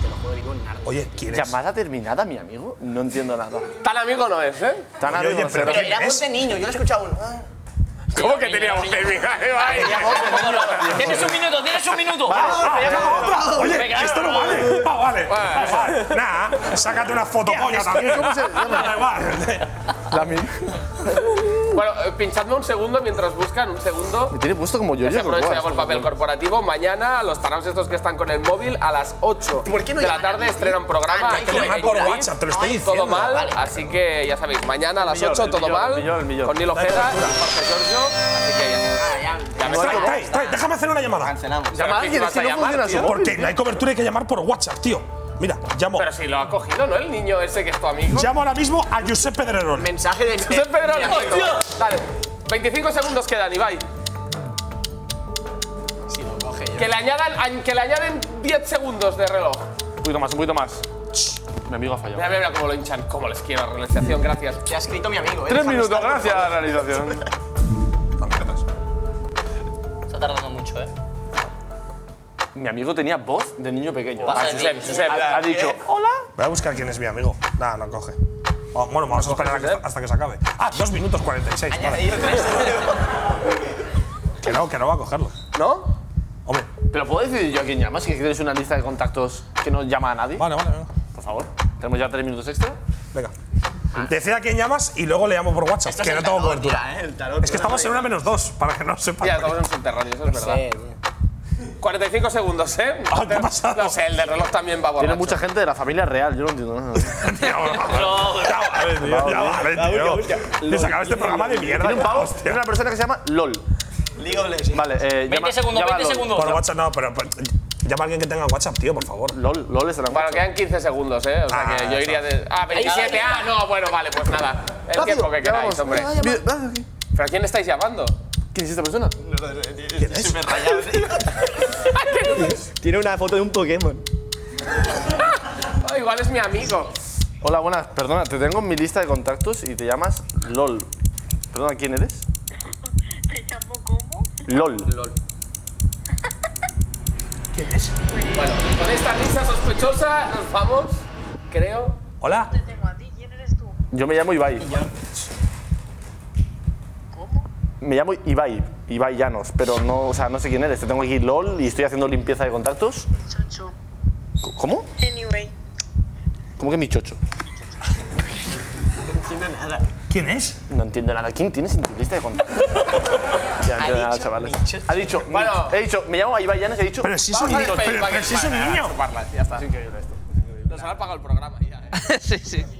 Speaker 12: te lo juro.
Speaker 10: digo nada.
Speaker 9: Oye, ¿quién ¿Llamada terminada, mi amigo? No entiendo nada.
Speaker 1: Tan amigo no es, ¿eh?
Speaker 9: Tan
Speaker 1: Oye,
Speaker 9: amigo
Speaker 1: oye,
Speaker 9: no será.
Speaker 10: Pero tenía voz de niño, yo le he escuchado un. ah.
Speaker 9: ¿Cómo que teníamos que
Speaker 12: Tienes un minuto, tienes un minuto.
Speaker 4: Oye,
Speaker 12: Venga,
Speaker 4: esto no vale. Ah, vale. Ah, vale. Nah, sácate una foto,
Speaker 1: Hostia,
Speaker 4: coño,
Speaker 1: esto-
Speaker 4: también.
Speaker 1: ¿cómo se llama?
Speaker 4: Da igual.
Speaker 1: Bueno, eh, pinchadme un segundo mientras buscan, un segundo.
Speaker 9: Me tiene puesto como yo,
Speaker 1: Ya se
Speaker 9: yo.
Speaker 1: aprovecha ya por papel corporativo. Mañana los taraos estos que están con el móvil a las 8 de la tarde estrenan programa.
Speaker 4: Ah, hay que llamar
Speaker 1: en
Speaker 4: por
Speaker 1: Twitch.
Speaker 4: WhatsApp, te lo estoy
Speaker 1: ¿eh? Todo
Speaker 4: diciendo.
Speaker 1: mal,
Speaker 4: Vale.
Speaker 1: así que ya sabéis, mañana a las
Speaker 4: Ah. millón,
Speaker 1: 8
Speaker 4: el
Speaker 1: todo
Speaker 4: millón,
Speaker 1: mal
Speaker 4: el millón, el millón.
Speaker 1: con Nilo
Speaker 4: Dale,
Speaker 1: Ojeda
Speaker 4: dura.
Speaker 1: y Jorge Giorgio. Así que ya ya me
Speaker 4: Trae,
Speaker 1: salgo.
Speaker 4: trae, trae, déjame hacer una llamada.
Speaker 1: Cancelamos.
Speaker 4: Llama a alguien, es que no funciona su móvil, Porque no hay cobertura, hay que llamar por WhatsApp, tío. Mira, llamo.
Speaker 1: Pero si lo ha cogido, ¿no? El niño ese que es tu amigo.
Speaker 4: Llamo ahora mismo a Josep Pedrerol.
Speaker 10: Mensaje de
Speaker 1: Josep Pedrerol. Dale. 25 segundos quedan, Ibai. Que le añadan, añ- que le añaden 10 segundos de reloj.
Speaker 9: Un poquito más, un poquito más. Mi amigo ha fallado.
Speaker 1: Mira, mira, mira cómo lo hinchan, cómo les quiero. Realización, gracias. Te ha escrito mi amigo,
Speaker 9: Tres minutos, gracias a la realización.
Speaker 12: Está tardando mucho, ¿eh?
Speaker 9: Mi amigo tenía voz de niño pequeño.
Speaker 12: Vas a
Speaker 9: Ah,
Speaker 12: decir,
Speaker 9: Josep, Josep,
Speaker 12: Josep,
Speaker 9: ha dicho,
Speaker 12: ¿qué?
Speaker 1: Eh,
Speaker 9: hola.
Speaker 4: Voy a buscar quién es mi amigo. Nada, no coge. Oh, bueno, vamos a esperar a que- hasta que se acabe. Ah, 2 minutos 46. Vale. Que no, que no va a cogerlo.
Speaker 1: ¿No?
Speaker 4: Hombre.
Speaker 9: ¿Pero puedo decidir yo a quién llamas? Que tienes una lista de contactos que no llama a nadie.
Speaker 4: Vale, vale, venga.
Speaker 9: Por favor. ¿Tenemos ya tres minutos extra?
Speaker 4: Venga. Decid a quién llamas y luego le llamo por WhatsApp, que no tengo cobertura.
Speaker 1: ¿eh?
Speaker 4: Es que estamos en una menos dos, para que no sepa.
Speaker 1: Ya, estamos en subterráneo, eso es verdad. 45 segundos, ¿eh?
Speaker 4: Ah,
Speaker 1: ¿Qué ha pasado? No sé, el de reloj también va
Speaker 9: Tiene
Speaker 1: borracho.
Speaker 9: mucha gente de la familia real, yo no entiendo nada.
Speaker 4: Ya vale, tío, ya vale, tío. Tío, se acaba este programa de mierda.
Speaker 9: Tiene un pavo,
Speaker 4: Hostia.
Speaker 9: tiene una persona que se llama LOL. Vale, eh, 20
Speaker 12: segundos, 20 segundos.
Speaker 4: Por WhatsApp no, pero pero, llama a alguien que tenga WhatsApp, tío, por favor.
Speaker 9: LOL, LOL es el
Speaker 1: Bueno, quedan 15 segundos, ¿eh? O sea
Speaker 4: Ah,
Speaker 1: que yo
Speaker 4: ya
Speaker 1: iría
Speaker 4: está.
Speaker 1: de. Ah, 27. Ah, no, bueno, vale, pues nada. El tiempo que queráis, hombre. ¿Pero a quién estáis llamando?
Speaker 9: ah, ¿Quién es esta persona?
Speaker 4: ¿Quién es?
Speaker 18: Tiene una foto de un Pokémon.
Speaker 1: Ah, igual es mi amigo.
Speaker 9: Hola, buenas. Perdona, te tengo en mi lista de contactos y te llamas LOL. Perdona, ¿quién eres? ¿Te llamo cómo? LOL. LOL.
Speaker 1: Bueno, con esta risa sospechosa nos vamos, creo.
Speaker 4: Hola.
Speaker 9: Yo me llamo Ibai. ¿Cómo? Me llamo Ibai, Ibai Llanos, pero no, o sea, no sé quién eres. Te tengo aquí LOL y estoy haciendo limpieza de contactos. C- ¿Cómo?
Speaker 17: Anyway.
Speaker 9: ¿Cómo que mi chocho?
Speaker 4: ¿Quién es?
Speaker 9: No entiendo nada. ¿Quién tienes en tu lista de contactos? ya no entiendo nada, chavales. Ha dicho,
Speaker 1: Bueno.
Speaker 9: he dicho, me llamo Ibai Llanos y he dicho.
Speaker 4: Pero si es
Speaker 9: Vamos
Speaker 4: un
Speaker 9: a
Speaker 4: niño,
Speaker 9: despedir
Speaker 4: pero-
Speaker 9: para
Speaker 4: pero
Speaker 9: que-
Speaker 4: si es un
Speaker 9: para-
Speaker 4: niño.
Speaker 1: Chuparlas, ya está.
Speaker 9: Es increíble esto.
Speaker 1: Nos han apagado el programa ya, ¿eh?
Speaker 3: sí, sí.